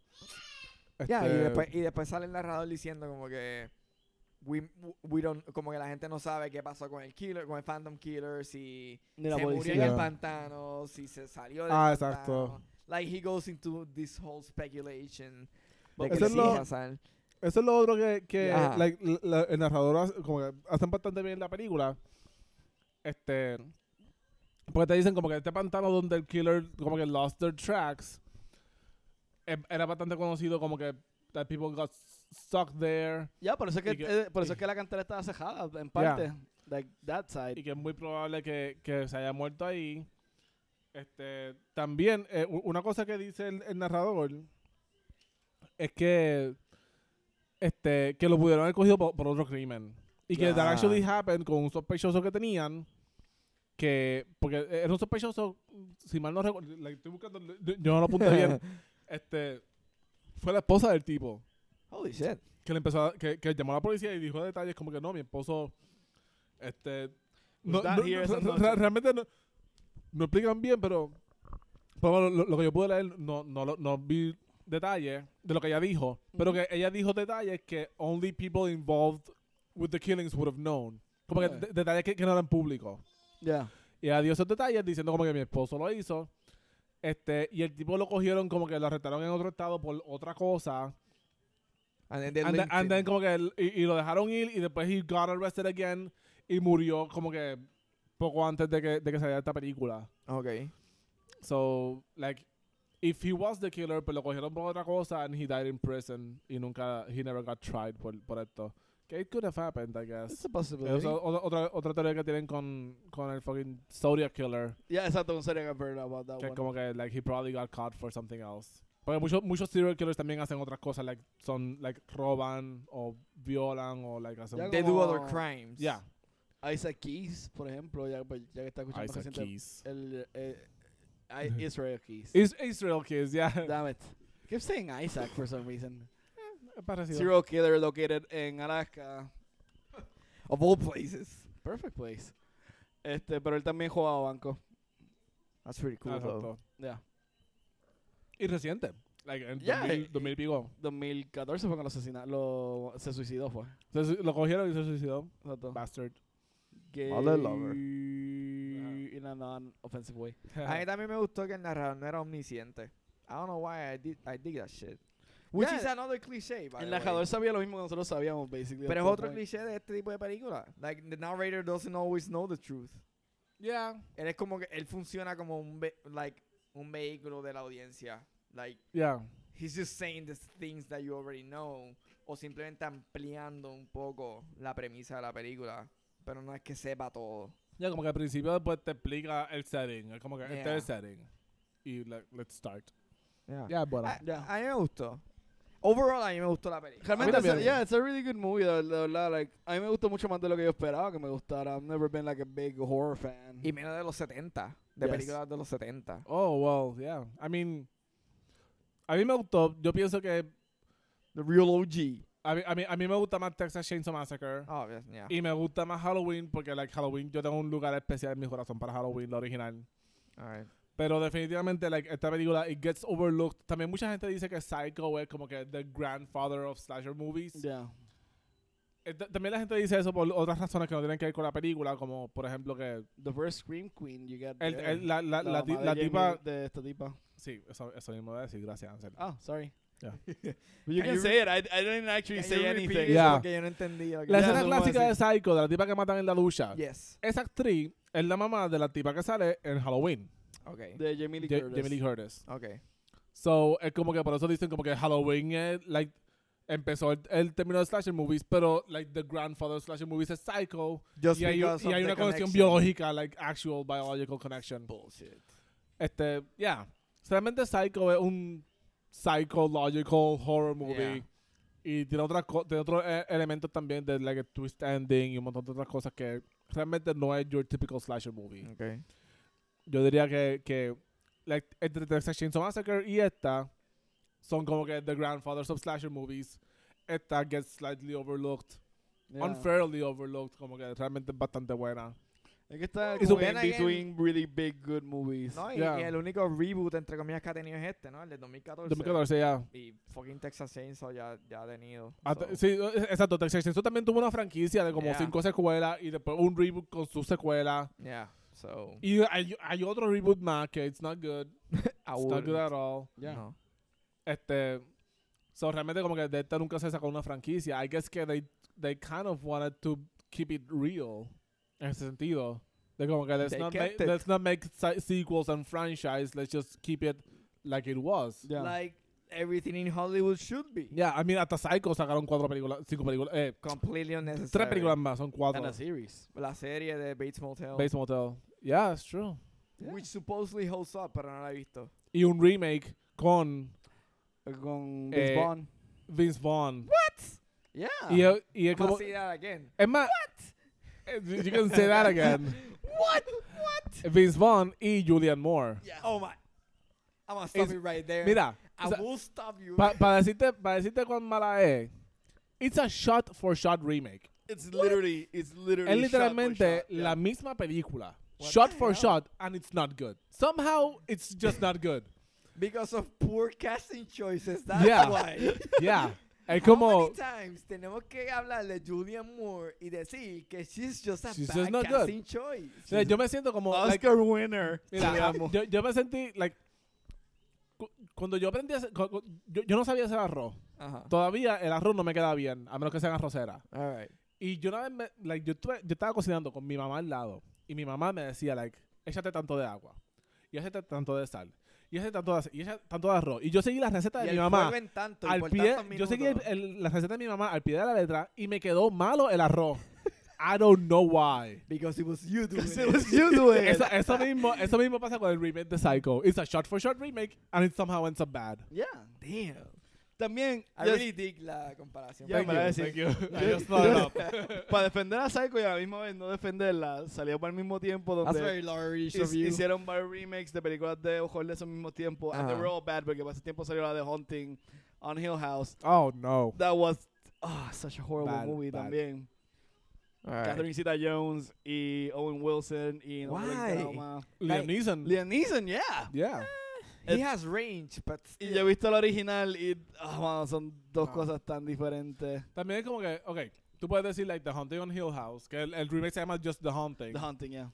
Ya, y,
Este,
después, y después sale el narrador diciendo como que we, we don't, como que la gente no sabe qué pasó con el killer, con el Phantom Killer, si
Ni la
se murió
policía.
en el
Yeah.
pantano, si se salió del
Ah,
pantano.
exacto.
Like he goes into this whole speculation de
Eso
que
es
sí
lo-
va a pasar.
Eso es lo otro que, que
Ajá.
like, la- la- el narrador hace, como que hacen bastante bien en la película. Este. Porque te dicen como que este pantano donde el killer como que lost their tracks eh, era bastante conocido como que that people got stuck there
Ya, por eso es que,
Y que-
eh, por eso
y-
es que la cantera estaba cejada, en parte. Like, that
y
side.
que es muy probable que, que se haya muerto ahí. Este, también, eh, u- una cosa que dice el, el narrador es que, este, que lo pudieron haber cogido po- por, otro crimen. Y que that
Ah.
actually happened con un sospechoso que tenían. Que, porque e, era un sospechoso, si mal no recuerdo, like, estoy buscando, yo no lo apunté bien. Este, fue la esposa del tipo
Holy shit.
que le empezó a- que, que llamó a la policía y dijo detalles como que no, mi esposo este no,
that
no-
here
no-
is
re-
another.
re- realmente no, no explican bien, pero por lo, menos lo- lo que yo pude leer no no lo- no vi detalles de lo que ella dijo, pero que ella dijo detalles que only people involved with the killings would have known. Como que
Ok.
de- detalles que, que no eran públicos.
Yeah.
Y ella dio esos detalles diciendo como que mi esposo lo hizo. Este, y el tipo lo cogieron como que lo arrestaron en otro estado por otra cosa.
And then they
And, the-
linked
and then
him.
como que el- y, y lo dejaron ir y después he got arrested again y murió como que poco antes de que, de que saliera esta película.
Okay.
So, like, if he was the pues killer, pero lo cogieron por otra cosa and he died in prison y nunca, he never got tried por, por esto. Que it could have happened, I guess.
It's a possibility.
Esa es otra, otra, otra teoría que tienen con, con el fucking Zodiac Killer.
yeah, exacto. I'm sorry I've heard about that
Que
one.
es como que, like, he probably got caught for something else. Porque muchos, muchos serial killers también hacen otras cosas, like, son, like, roban o violan o, like, hacen...
Ya
Ya,
They do other
como-
crimes.
yeah.
Isaac Keys, por ejemplo, ya, pues, ya que está escuchando
Isaac
reciente-
Keys.
El, eh, I- Israel Keys.
Is Israel Keys, yeah.
Damn it. Keep saying Isaac for some reason.
Es parecido.
Serial killer located en Alaska.
Of all places.
Perfect place. Este, pero él también jugaba banco.
That's pretty cool, though.
Ah, Exacto.
Ya.
Y reciente. Like, en
Yeah.
2000, 2000 y pico.
2014 fue cuando lo asesina, lo, se suicidó, fue.
Entonces, lo cogieron y se suicidó.
Exacto.
Bastard.
Gay
Mother lover.
In a non-offensive way.
A mí también me gustó que el narrador no era omnisciente. I don't know why I did, I did that shit. Which
Yeah.
is another cliché, by the way.
El narrador sabía lo mismo que nosotros sabíamos, basically.
Pero
at
es
some
otro
point.
cliché de este tipo de película. Like, the narrator doesn't always know the truth.
yeah.
Él es como que, él funciona como un, ve- like, un vehículo de la audiencia. Like,
Yeah.
he's just saying the things that you already know. O simplemente ampliando un poco la premisa de la película. Pero no es que sepa todo.
Ya, como que al principio después te explica el setting. Es como que este
Yeah.
es el setting. Y, like, let's start.
Ah.
Yeah, bueno.
A,
Ya.
Ah, a mí me gustó. Overall, a mí me gustó la película.
Realmente,
también.
es- yeah, it's a really good movie, la la verdad. Like, a mí me gustó mucho más de lo que yo esperaba que me gustara. I've never been like a big horror fan.
Y menos de los 70. De
Yes.
películas de los 70.
Oh, well, yeah. I mean, a mí me gustó. Yo pienso que
The real OG.
a mí, a mí, a mí me gusta más Texas Chainsaw
Ah.
Massacre.
Oh, yes, yeah.
Y me gusta más Halloween porque, like, Halloween, yo tengo un lugar especial en mi corazón para Halloween, la original.
All right.
Pero definitivamente, like, esta película, it gets overlooked. También mucha gente dice que Psycho es como que the grandfather of slasher movies.
Yeah.
Eh, ta- también la gente dice eso por otras razones que no tienen que ver con la película, como, por ejemplo, que
The first Scream Queen you get.
el-
there.
el- la, la, la,
mamá
ti-
de
la
Jamie-
tipa...
De esta tipa.
Sí, eso, eso mismo voy a decir. Gracias, Ansel.
Ah, sorry.
Yeah.
But you
Can
can
you
say it. I, I didn't actually
Can
say
you repeat
anything.
eso?
Yeah.
Porque yo no entendía. lo que-
La
Ya,
escena
eso lo voy a
clásica de Psycho, de la tipa que matan en la ducha.
Yes.
Esa actriz es la mamá de la tipa que sale en Halloween.
Okay.
De Jamie Lee
Ja-
Curtis.
Jamie Lee Curtis.
Okay.
So, es como que por eso dicen como que Halloween es, like, empezó el, el término de slasher movies, pero, like, the grandfather of slasher movies es Psycho.
Just
Y hay,
because
y
of
hay
the
una conexión
connection.
biológica, like, actual biological connection.
Bullshit.
Este, yeah. Solamente Psycho es un psychological horror movie.
Yeah.
Y tiene, otras co- tiene otros eh, elementos también de like, twist ending y un montón de otras cosas que realmente no es your typical slasher movie.
Okay.
Yo diría que, que like, entre Texas Chainsaw Massacre y esta son como que the grandfathers of slasher movies. Esta gets slightly overlooked,
Yeah.
unfairly overlooked, como que realmente es bastante buena.
Es que está
Y
como
su-
en
Then
between really big good movies.
No, y,
Yeah.
y el único reboot, entre comillas, que ha tenido es este, ¿no? El de 2014.
2014 ya.
Y fucking Texas Chainsaw ya, ya ha tenido.
Ah,
so.
te- Sí, eh, exacto. Texas Chainsaw también tuvo una franquicia de como
Yeah.
cinco secuelas y después un reboot con su secuela.
Yeah. So.
Y hay, hay otro reboot más que it's not good.
I
It's not
wouldn't.
good at all.
Yeah.
No.
Este, so realmente como que de esta nunca se sacó una franquicia. I guess que they, they kind of wanted to keep it real en ese sentido. De como que let's
They
not,
kept
make,
it.
let's not make si- sequels and franchise. Let's just keep it like it was.
Yeah.
Like everything in Hollywood should be.
Yeah, I mean, hasta Psycho sacaron cuatro películas, cinco películas, eh,
Completely unnecessary.
tres películas más, son cuatro.
And a series.
La serie de Bates Motel.
Bates Motel. Yeah, it's true.
Yeah.
Which supposedly holds up, pero no la he visto.
y un remake con
Con
Eh,
Vince Vaughn.
Vince Vaughn.
Yeah.
Y, es- y es
¿Cómo
como.
así that again?
Es más. eh, You can say that again.
What? What?
Vince Vaughn y Julian Moore.
Oh my. I'm gonna stop
Es-
it right there.
Mira,
I
o sea,
will stop you.
para decirte, pa decirte cuán mala es, it's a shot for shot remake.
It's literally, it's literally
Es literalmente
shot by shot, yeah.
la misma película.
What
shot
the
for
hell?
shot, and it's not good. Somehow, it's just not good.
Because of poor casting choices, that's
Yeah.
why.
Yeah. Es
How
como.
many times tenemos que hablar de Julian Moore y decir que she's just a
She's
bad
just not good.
casting choice?
o sea, eh, Yo me siento como. like,
Oscar winner.
Mira,
Te
ah,
amo.
yo, yo me sentí, like, cu- cuando yo aprendí a hacer, cu- cu- yo, yo no sabía hacer arroz.
Ajá.
Todavía el arroz no me queda bien, a menos que sean arrocera.
All right.
Y yo una vez, me- like, yo, estuve- yo estaba cocinando con mi mamá al lado, y mi mamá me decía, like, échate tanto de agua, y échate tanto de sal, y Y esas están todas, y esas están todas raw. Y yo seguí la receta de
Y
mi
el
mamá.
fuego en tanto, y
Al
por
pie,
tantos
yo seguí el-
minutos.
el- la receta de mi mamá al pie de la letra y me quedó malo el arroz. I don't know why.
Because it was you doing it. was you doing
Eso, eso mismo, eso mismo pasa con el remake de Psycho. It's a shot for shot remake and it somehow ends up bad.
Yeah.
Damn.
También,
I
just-
really dig la comparación.
Ya,
Thank
me la
you,
decís.
thank you. I
Yo-
just thought it up.
para defender a Psycho y a la misma vez no defenderla, salió para el mismo tiempo
That's
donde
very large
his-
of you.
hicieron varios remakes de películas de horror de esos mismos tiempos. And
Ah.
they
Ajá.
were all bad porque para ese tiempo salió la de Haunting on Hill House.
Oh no.
That was ah, such a horrible
Bad,
movie
bad.
también.
Alright.
Catherine Zeta Jones y Owen Wilson y no me
Why?
acuerdo cómo más.
Liam Neeson.
Liam Neeson, yeah.
Yeah.
He has range, but
Y
still.
yo he visto el original y ah, mano, son dos
No.
cosas tan diferentes.
También es como que, ok, tú puedes decir like The Haunting on Hill House, que el, el remake se llama Just The Haunting.
The Haunting, yeah.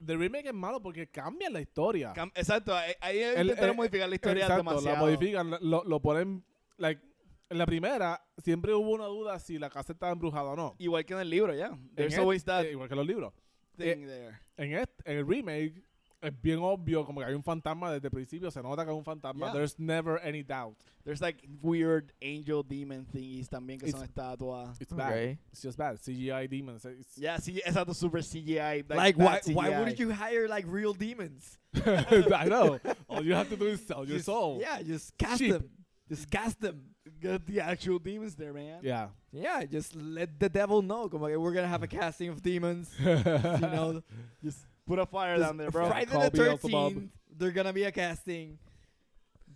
The remake es malo porque cambia la historia.
Cam- Exacto, ahí, ahí
Ah. El-
intentaron
eh,
modificar la historia
Exacto,
demasiado.
la modifican, la- lo, lo ponen, like, en la primera siempre hubo una duda si la casa estaba embrujada o no.
Igual que en el libro, ya. There's
En
always
este-
that
eh, igual que los libros.
thing there.
En, este, en el remake es bien obvio como que hay un fantasma desde el principio, se nota que hay un fantasma.
Yeah.
There's never any doubt.
There's like weird angel demon thingies también que
It's-
son estatuas.
It's bad.
Okay.
It's just bad. CGI demons. It's-
Yeah, sí, exacto, super CGI.
Like,
bad
why, why
CGI.
wouldn't you hire like real demons?
I know. All you have to do is
Oh,
sell your
Just-
soul.
Yeah, just cast
Cheap.
them. Just cast them.
Get the actual demons there, man.
Yeah.
Yeah, just let the devil know. Como que we're gonna have a casting of demons. you know,
Just put a fire
Just
down there, bro.
Friday
Call
the
Beelzebub.
13th, they're gonna be a casting.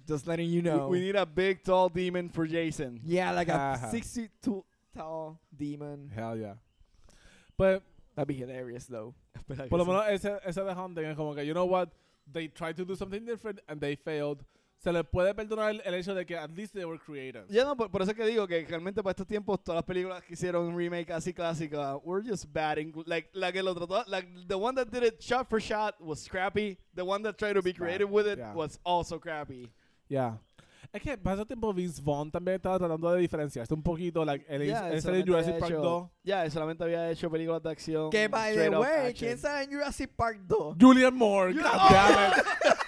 Just letting you
We-
know.
We, need a big, tall demon for Jason.
yeah, like a
Haha.
six feet tall- tall demon.
Hell yeah. But
That'd be hilarious though.
por lo menos ese, ese de Haunting es como que, you know what, they tried to do something different and they failed. Se les puede perdonar el, el hecho de que at least they were creative.
Ya no, por, por eso es que digo que realmente para estos tiempos todas las películas que hicieron remake así clásica were just bad. inclu- Like, la que lo trató, like, the one that did it shot for shot was crappy. The one that tried to be
It's bad,
creative with it
yeah.
was also crappy.
Yeah. Es que pasó tiempo Vince Vaughn también estaba tratando de diferenciarse un poquito. Like, él
Yeah,
hizo- él
él
salió en
solamente
Jurassic
había
Park
hecho-
2.
Ya, él solamente había hecho películas de acción.
Que by the
straight up
way,
action.
¿quién sabe en Jurassic Park 2?
Julian Moore.
You-
God
Oh!
damn it.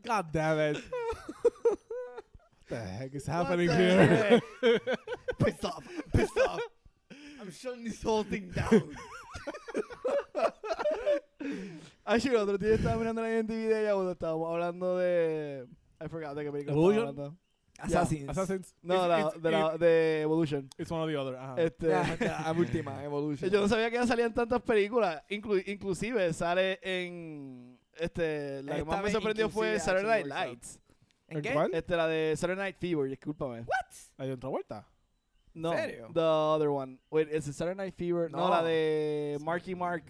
God damn it. What the heck is
What
happening
the
here?
heck?
pissed off. Pissed off. I'm shutting this whole thing down.
Actually, el otro día estaba mirando la IMDb de ella cuando estábamos hablando de... I forgot de qué película estábamos
Evolution?
hablando.
Assassins.
Assassins.
No,
It's-
la-
it's- Ah.
de, la- de Evolution.
It's one or the other. ajá.
Este,
Yeah, yeah, última, Evolution.
Yo no sabía que ella salía en tantas películas. Inclu- inclusive sale en... Este, la que
Esta
más me
vez
sorprendió fue
inclusive
Saturday Night
actually works
Lights.
¿En
¿En
qué?
cuál?
Este, la de Saturday Night Fever, discúlpame.
Hay otra vuelta.
No,
serio?
the other one. Wait, is it Saturday Night Fever? No,
No.
la de Marky Mark,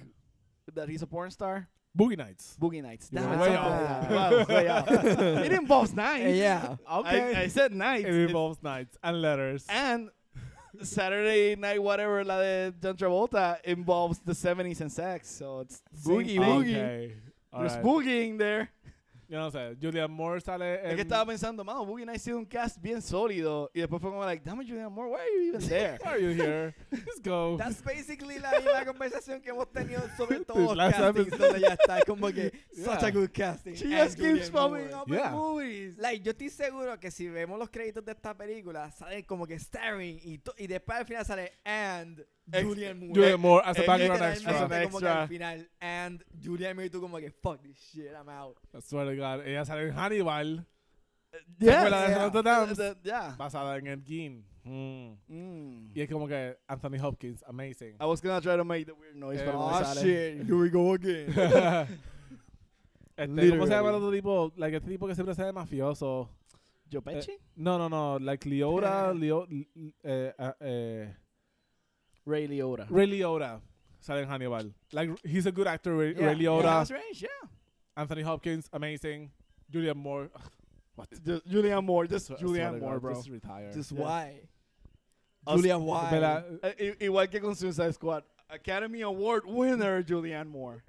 that he's a porn star.
Boogie Nights.
Boogie Nights.
You
Damn
were
it,
way
something
off.
like that. Wow, way off. it involves
Eh,
nights.
yeah.
I, I said nights.
It
It's-
involves nights and letters.
and Saturday Night Whatever, la de John Travolta, involves the 70s and sex. So it's same
Boogie,
thing.
boogie.
Okay. All
There's
right.
boogie in there.
Yo no sé. Julian Moore sale
Es
en...
que estaba pensando, mano, Boogie Nights tiene un cast bien sólido. Y después fue como, like, damn it, Julian Moore, why are you even there?
Why are you here? Let's go.
That's basically la misma conversación que hemos tenido sobre todos los
last
castings
episode.
donde ya está. Como que, such
Yeah.
a good casting.
She
and
just keeps
Julianne
popping
Moore.
up
Yeah.
in movies.
Like, yo estoy seguro que si vemos los créditos de esta película, sale como que staring y, to- y después al final sale and
Ex-
Julian Moore.
Julian Moore as a
eh,
background
Literalmente
extra.
As an
como que al
extra.
final and Julian Moore y tú como que fuck this shit, I'm out.
I swear to God. Ella sale en Hannibal.
Yeah.
Secuela de Notre Dame.
The- the- yeah.
Basada en Ed Gein. Mm.
Mm.
Y es como que Anthony Hopkins. Amazing.
I was gonna try to make the weird noise,
Eh,
pero no
oh,
me
Ah,
sale.
shit, here we go again.
Este, ¿Cómo se llama
Literally.
el otro tipo? Like, este tipo que siempre sale mafioso. Eh,
¿Yo Pesci?
No, no, no. Like Leora, Leo, l- eh, ah, eh,
Ray Liotta.
Ray Liotta sale en Hannibal. Like he's a good actor. Ray, Ray
Yeah.
Liotta,
Doctor Strange, yeah.
Anthony Hopkins, amazing. Julian Moore. Ugh,
Just Julian Moore, just
I swear
Julian
to
Moore,
God,
bro.
Just retire.
Just
Yeah.
why?
Us-
Julian, why?
Vela,
Eh, i- igual que con Suicide Squad, Academy Award winner Julianne Moore.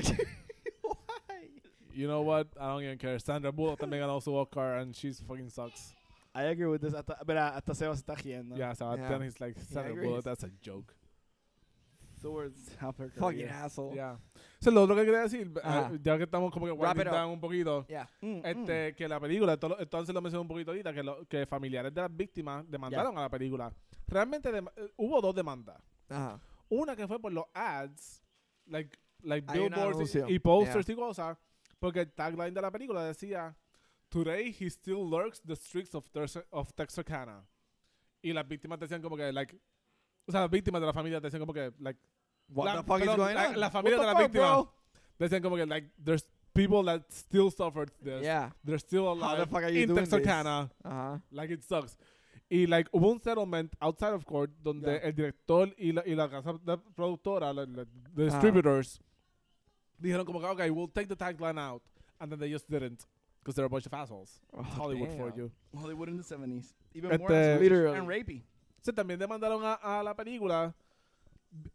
you know what? I don't even care. Sandra Bullock también ganó su Oscar and she's fucking sucks.
I agree with this. Hasta, espera, hasta Seba se está riendo.
Yeah, so
Yeah.
then he's like
He
Sandra
agrees.
Bullock. That's a joke.
towards Hopper.
Fucking asshole.
Yeah. Eso es lo otro que quería decir, eh,
Oh. Ajá.
ya que estamos como que
Wrap it
winding
up. Mm.
down un poquito.
Yeah.
Mm,
Este, que la película, esto, lo- esto antes lo mencioné un poquito ahorita, que, lo- que familiares de las víctimas demandaron a la película. Realmente dem- eh, hubo dos demandas.
Ajá.
Una que fue por los ads, like, like
Hay un
billboards
anuncio.
y, y posters y cosas, porque el tagline de la película decía, Today he still lurks the streets of, Terce- of Texarkana. Y las víctimas decían como que, like, o sea, las víctimas de la familia decían como que, like,
What
la,
the fuck is
perdón,
going
la-
on?
la familia
What
de
the
la
fuck,
víctima.
bro?
Decían como que, like, there's people that still suffered this.
Yeah. uh-huh.
They're still
How the
alive
fuck are you
in
doing this?
Texarkana.
Ajá.
Like, it sucks. Y, like, hubo un settlement outside of court donde
Ya.
el director y la, y la casa de productora, la, la- the
Ajá.
distributors, dijeron como que, okay, we'll take the tagline out. And then they just didn't. Because they're a bunch of assholes. It's Hollywood for
Oh, damn.
you.
Hollywood in the 70s. Even
Este-
more asshole
Literally.
and rapey.
se también demandaron a, a la película.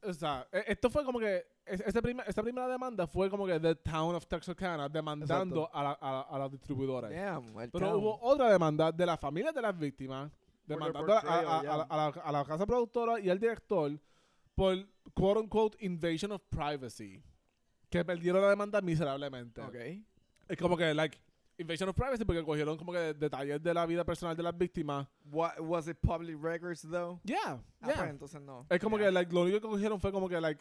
O sea, e- esto fue como que. es- Esta, prima- esta primera demanda fue como que The Town of Texarkana demandando a, la, a, la- a las distribuidoras.
Damn. el
Pero
town.
hubo otra demanda de las familias de las víctimas
their
demandando a, a- a-
portrayal,
a la, a la- a la casa productora y al director por quote unquote invasion of privacy. Que perdieron la demanda miserablemente.
Okay.
Es como que, like, invasion of privacy porque cogieron como que detalles de la vida personal de las víctimas.
What was it public records though?
Yeah,
Ah,
yeah.
pues entonces no.
Es como
Yeah.
que like, lo único que cogieron fue como que like,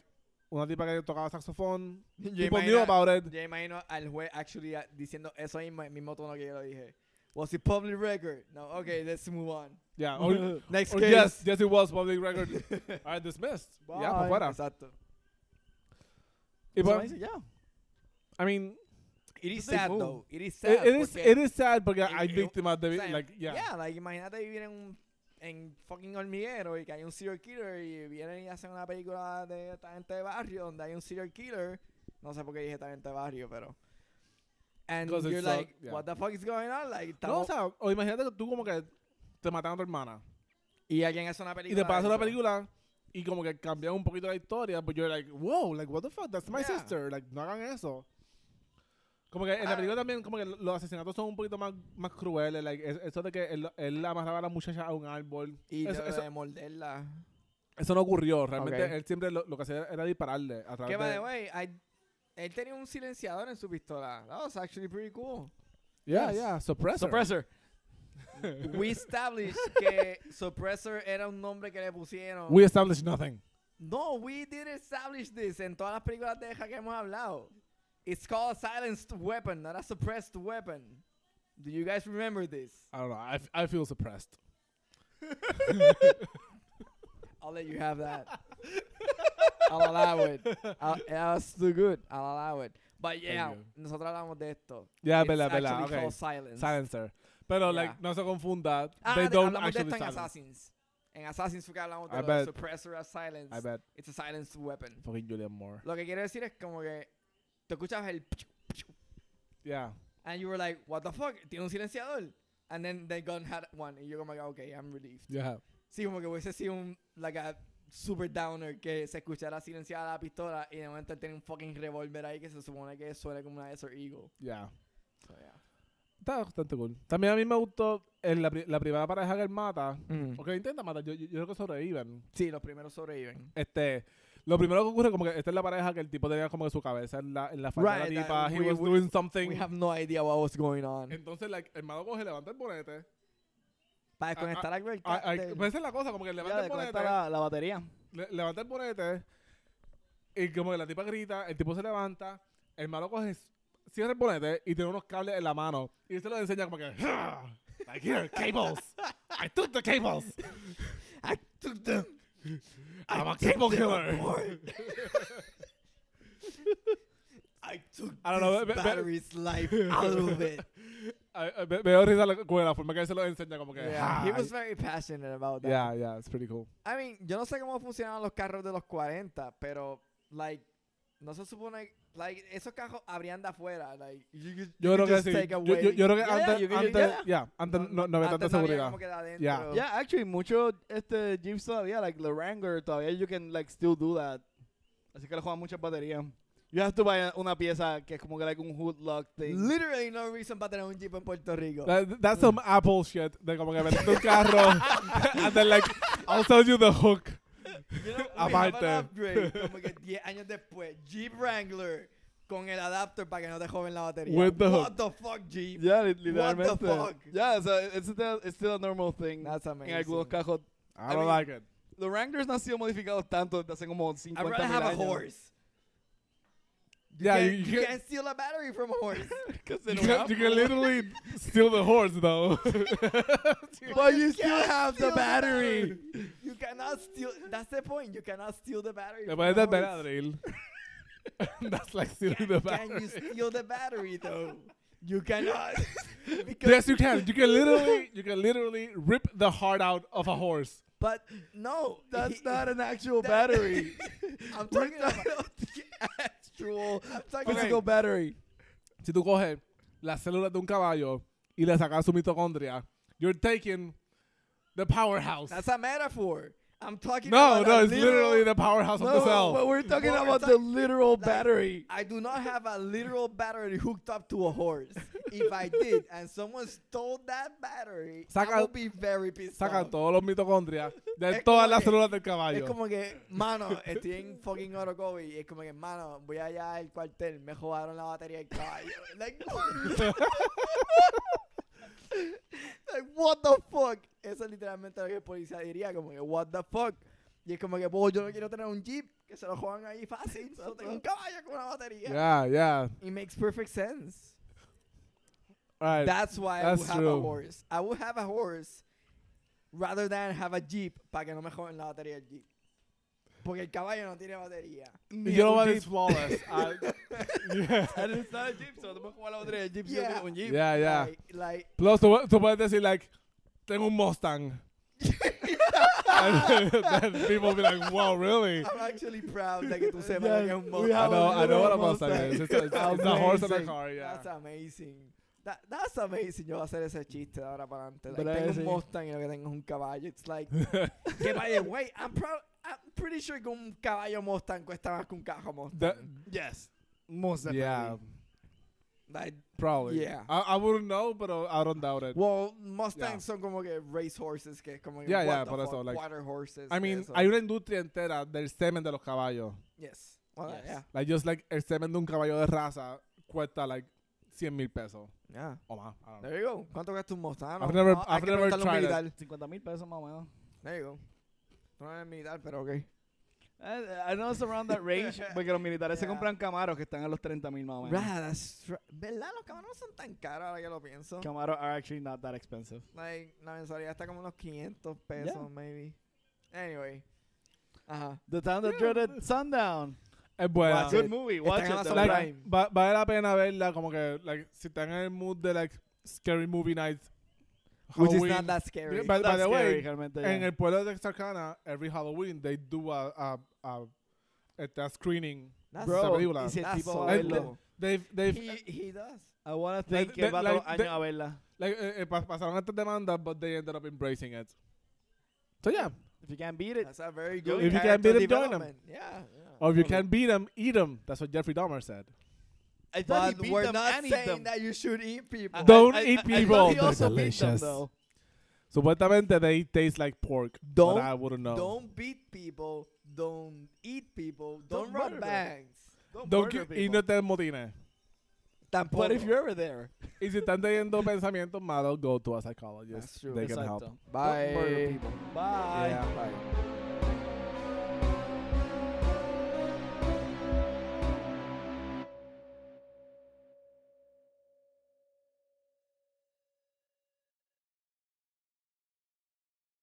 una tipa que tocaba saxofón.
Yo
People knew
imagino,
about it.
yo imagino al juez actually ah, diciendo eso mismo, el mismo tono que yo lo dije. Was it public record? No, okay, let's move on.
Yeah. Or,
Next
or
case.
Oh, yes, yes it was public record. I dismissed. Ya, yeah, para
Bye.
fuera.
Exacto.
Y pues,
So, yeah.
I mean,
It is
They
sad
move.
though. It is sad.
it, it is
porque-
it is sad porque
en-
hay
en-
víctimas de
o
vi-
sea,
like yeah.
yeah, like, imagínate vivir en un en fucking hormiguero y que hay un serial killer y vienen y hacen una película de talento de barrio donde hay un serial killer. No sé por qué dije talento de barrio, pero. And
'Cause
you're
it's so-
like,
yeah.
what the fuck is going on? Like,
No, o
estamos-
sea, o imagínate que tú como que te mataron a tu hermana
y alguien hace una película.
y te pasa
de
la
eso.
película y como que cambian un poquito la historia, pues yo like, wow, like what the fuck, that's my
Yeah.
sister, like no hagan eso. Como que en la
Ah.
película también como que los asesinatos son un poquito más, más crueles, like es- eso de que él, él amarraba a la muchacha a un árbol,
Y
Eso-
lo
eso-
de morderla.
eso no ocurrió, realmente
Ok.
él siempre lo, lo que hacía era dispararle a través
Que by
de
the way, I- él tenía un silenciador en su pistola. That was actually pretty cool.
Yeah,
Yes.
yeah, suppressor.
Suppressor.
We established que Suppressor era un nombre que le pusieron.
We established nothing.
No, we did establish this en todas las películas de Hija que hemos hablado. It's called a silenced weapon, not a suppressed weapon. Do you guys remember this?
I don't know. I, f- I feel suppressed.
I'll let you have that. I'll allow it. I'll, that's too good. I'll allow it. But yeah,
you.
nosotros hablamos de esto.
Yeah,
It's
vela, vela.
actually
Okay.
called silence.
Silencer. Pero
Yeah.
like no se confunda.
Ah,
They
de-
don't
hablamos de
actually
esto en
silence.
Assassins. En Assassins fue que hablamos de
I
lo del
bet.
suppressor of silence.
I bet
It's a silenced weapon.
fucking Julian Moore.
Lo que quiero decir es como que te escuchas el
Yeah.
And you were like, what the fuck? Tiene un silenciador. And then the gun had one. Y yo como que, okay, I'm relieved.
Yeah.
Sí, como que hubiese sido un, like a super downer que se escuchara silenciada la pistola y de momento él tiene un fucking revólver ahí que se supone que suena como una Desert Eagle.
Yeah.
So, yeah.
Está bastante cool. También a mí me gustó en la, pri- la primera pareja que él mata. O que lo intenta matar. Yo, yo, yo creo que sobreviven.
Sí, los primeros sobreviven.
Este. Lo primero que ocurre como que esta es la pareja que el tipo tenía como que su cabeza en la, en la falda de
Right,
la
that
tipa. He
we-
was
we-
doing something.
We have no idea what was going on.
Entonces, like, el malo coge, levanta el bonete.
Para desconectar la
Ay, ay,
del-
pues esa es la cosa, como que
Ya,
levanta el
desconecta
bonete.
la, la batería.
le- levanta el bonete y como que la tipa grita, el tipo se levanta, el malo coge, cierra el bonete y tiene unos cables en la mano y él se los enseña como que "Ah, like here, cables, I took the cables,
I took them.
I'm a cable killer.
I took
I don't know,
this
ve- ve-
battery's life out of it.
Ay, ay, me, me dio risa la, como la forma que él se los enseña como que
Yeah, he
"Ah,
was very passionate about that.
yeah, yeah, it's pretty cool.
I mean, yo no sé cómo funcionaban los carros de los 40, pero, like, no se supone, like, esos carros abrían de afuera, like, you could-
Yo
you
creo
could
que
just
sí.
take
Yo,
away.
yo- yo creo que
Yeah,
antes,
yeah, you could-
antes,
yeah.
yeah, antes no, no, había
Antes
tanta
había
seguridad.
como que de
Yeah.
adentro.
Yeah, actually, muchos este, Jeeps todavía, like the Wrangler, todavía you can like still do that. Así que le juegan muchas baterías. You have to buy una pieza que es como que like un hood lock thing.
Literally no reason para tener un Jeep en Puerto Rico.
That- that's some Apple shit de como que venderte un carro and then like I'll sell you the hook.
you know, we
Aparte.
have an upgrade, como que 10 años después, Jeep Wrangler con el adapter para que no te joven la batería.
With the
What
hook.
the fuck, Jeep?
Yeah, li- literalmente.
fuck?
Yeah, so it's still, it's still a normal thing.
That's
en algunos
amazing.
cajos.
I
I
don't
mean-
like it.
Los Wranglers no han sido modificados tanto desde hace como 50
I'd rather
mil
have a
años.
horse.
Yeah,
you,
you,
can't,
you,
you
can,
can't steal a battery from a horse.
'Cause they
you,
don't
can,
have
you can literally steal the horse, though.
But you still
can't
have the
steal
battery.
You cannot steal. That's the point. You cannot steal the battery.
Te
from a
pones del
horse.
Benadryl. That's like stealing
Can
the battery.
you steal the battery though? You cannot. because,
Yes, you can. You can literally, you can literally rip the heart out of a horse.
But no,
That's
he-
not an actual
that-
battery.
I'm
We're
talking about.
talking about the actual
I'm talking
physical
about.
battery.
Si tú coges las células de un caballo y le sacas su mitocondria, you're taking the powerhouse.
That's a metaphor. I'm talking
no,
about.
no,
a
it's
literal-
literally the powerhouse of the
No,
cell.
but we're talking
Well,
about
it's
the
like-
literal battery.
I do not have a literal battery hooked up to a horse. if I did and someone stole that battery, I
Saca-
would be very pissed
Sacan
off.
todos los mitocondrias de
Es
todas
como
las
que-
células del
Es
caballo.
como que, mano, estoy en fucking Orocovi y es como que, mano, voy allá al cuartel, me robaron la batería del caballo. Like, like, what the fuck? Eso es literalmente lo que el policía diría, como que, what the fuck? Y es como que, "Bo, yo no quiero tener un jeep, que se lo juegan ahí fácil, solo tengo un caballo con una batería.
yeah, yeah.
It makes perfect sense.
All right.
That's why I
That's
would have a
true.
horse. I would have a horse rather than have a jeep para que no me joden la batería del jeep. Porque el caballo no tiene batería.
Ni
You know
un
what
jeep.
is flawless. I- yeah,
And it's not a jeep, so tenemos que jugar la batería del jeep si no
Yeah.
tiene un jeep.
yeah, yeah.
Like, like
Plus, tú, tú puedes decir, like, tengo un Mustang. and then people be like, wow, really?
I'm actually proud de que tú sepas
Yeah,
lo que es un
we
Mustang.
I
have
know, I know what a
Mustang.
Mustang is. It's a, it's a- it's a horse and a
Amazing.
car, yeah.
That's amazing. That, that's amazing. Yo voy a hacer ese chiste de ahora para adelante. Like,
¿Verdad que
tengo un
sí?
Mustang y lo que tengo es un caballo. It's like, que by the way, I'm, proud, I'm pretty sure que un caballo Mustang cuesta más que un carro Mustang.
That-
Yes. Most definitely.
yeah,
Like,
probably.
Yeah.
I, I wouldn't know, but I I don't doubt it.
Well, Mustangs
Yeah.
son como que race horses, que es como que what
Yeah, yeah,
the
por
fuck,
eso, like-
water horses.
I
que
mean,
eso.
hay una industria entera del semen de los caballos.
yes. Well,
Yes.
yeah.
Like, just like el semen de un caballo de raza cuesta, like, 100 mil pesos
Yeah.
o más. I don't know.
There you go. ¿Cuánto cuesta un Mustang?
Oh. I've never-
hay
I've
que
never
preguntarle a un
tried
militar.
50 mil pesos más o menos.
There you go. Tú no eres militar, pero ok.
Eh, I, I know it's around that range, porque los militares se
Yeah.
compran camaros que están a los 30 mil
Oh,
más o menos.
Right, that's right. ¿Verdad? Los cabrones no son tan caros ahora que lo pienso.
Camaros are actually not that expensive.
Like, la mensualidad está como unos 500 pesos,
Yeah.
maybe. Anyway. Ajá.
The Town That Dreaded Sundown.
Es buena.
Watch
Good
it.
movie.
Está
Watch
en
it.
Amazon
though.
Like,
Prime.
va- vale la pena verla como que like, si están en el mood de like scary movie night
Which is
Halloween.
not that scary.
By, by
That's
the
scary,
way
realmente,
en
yeah.
el pueblo de Texarkana every Halloween they do a, a, a, este, a screening
That's
de esa
Bro,
película
y si el
That's
tipo
so
va a verlo.
cool.
they've, they've,
He, he does.
I wanna
Like,
think que él
the-
va todos los
like, the-
años a verla.
like, eh, eh, pas- pasaron estas demandas but they ended up embracing it so yeah
If you can't beat it.
That's a very
Yo-
good
If you can
character
beat him, join him.
development. Yeah. yeah.
or if you can beat them eat them that's what Jeffrey Dahmer said
I
But
thought he beat
we're
them
not
and eat
saying
them.
that you should eat people.
I-
Don't
I- I-
eat
I thought
people.
he
They're
also beat them,
delicious.
though.
supuestamente they taste like pork
Don't-
but I wouldn't know
Don't beat people. Don't eat people. Don't,
Don't
rob
murder them.
banks.
Don't
murder
que- y
people.
no te motines
Tampoco.
But if you're ever there.
y si están teniendo pensamientos malos go to a psychologist
That's true.
they can help
Exacto.
Bye.
Don't murder people. Bye.
Yeah.
Bye.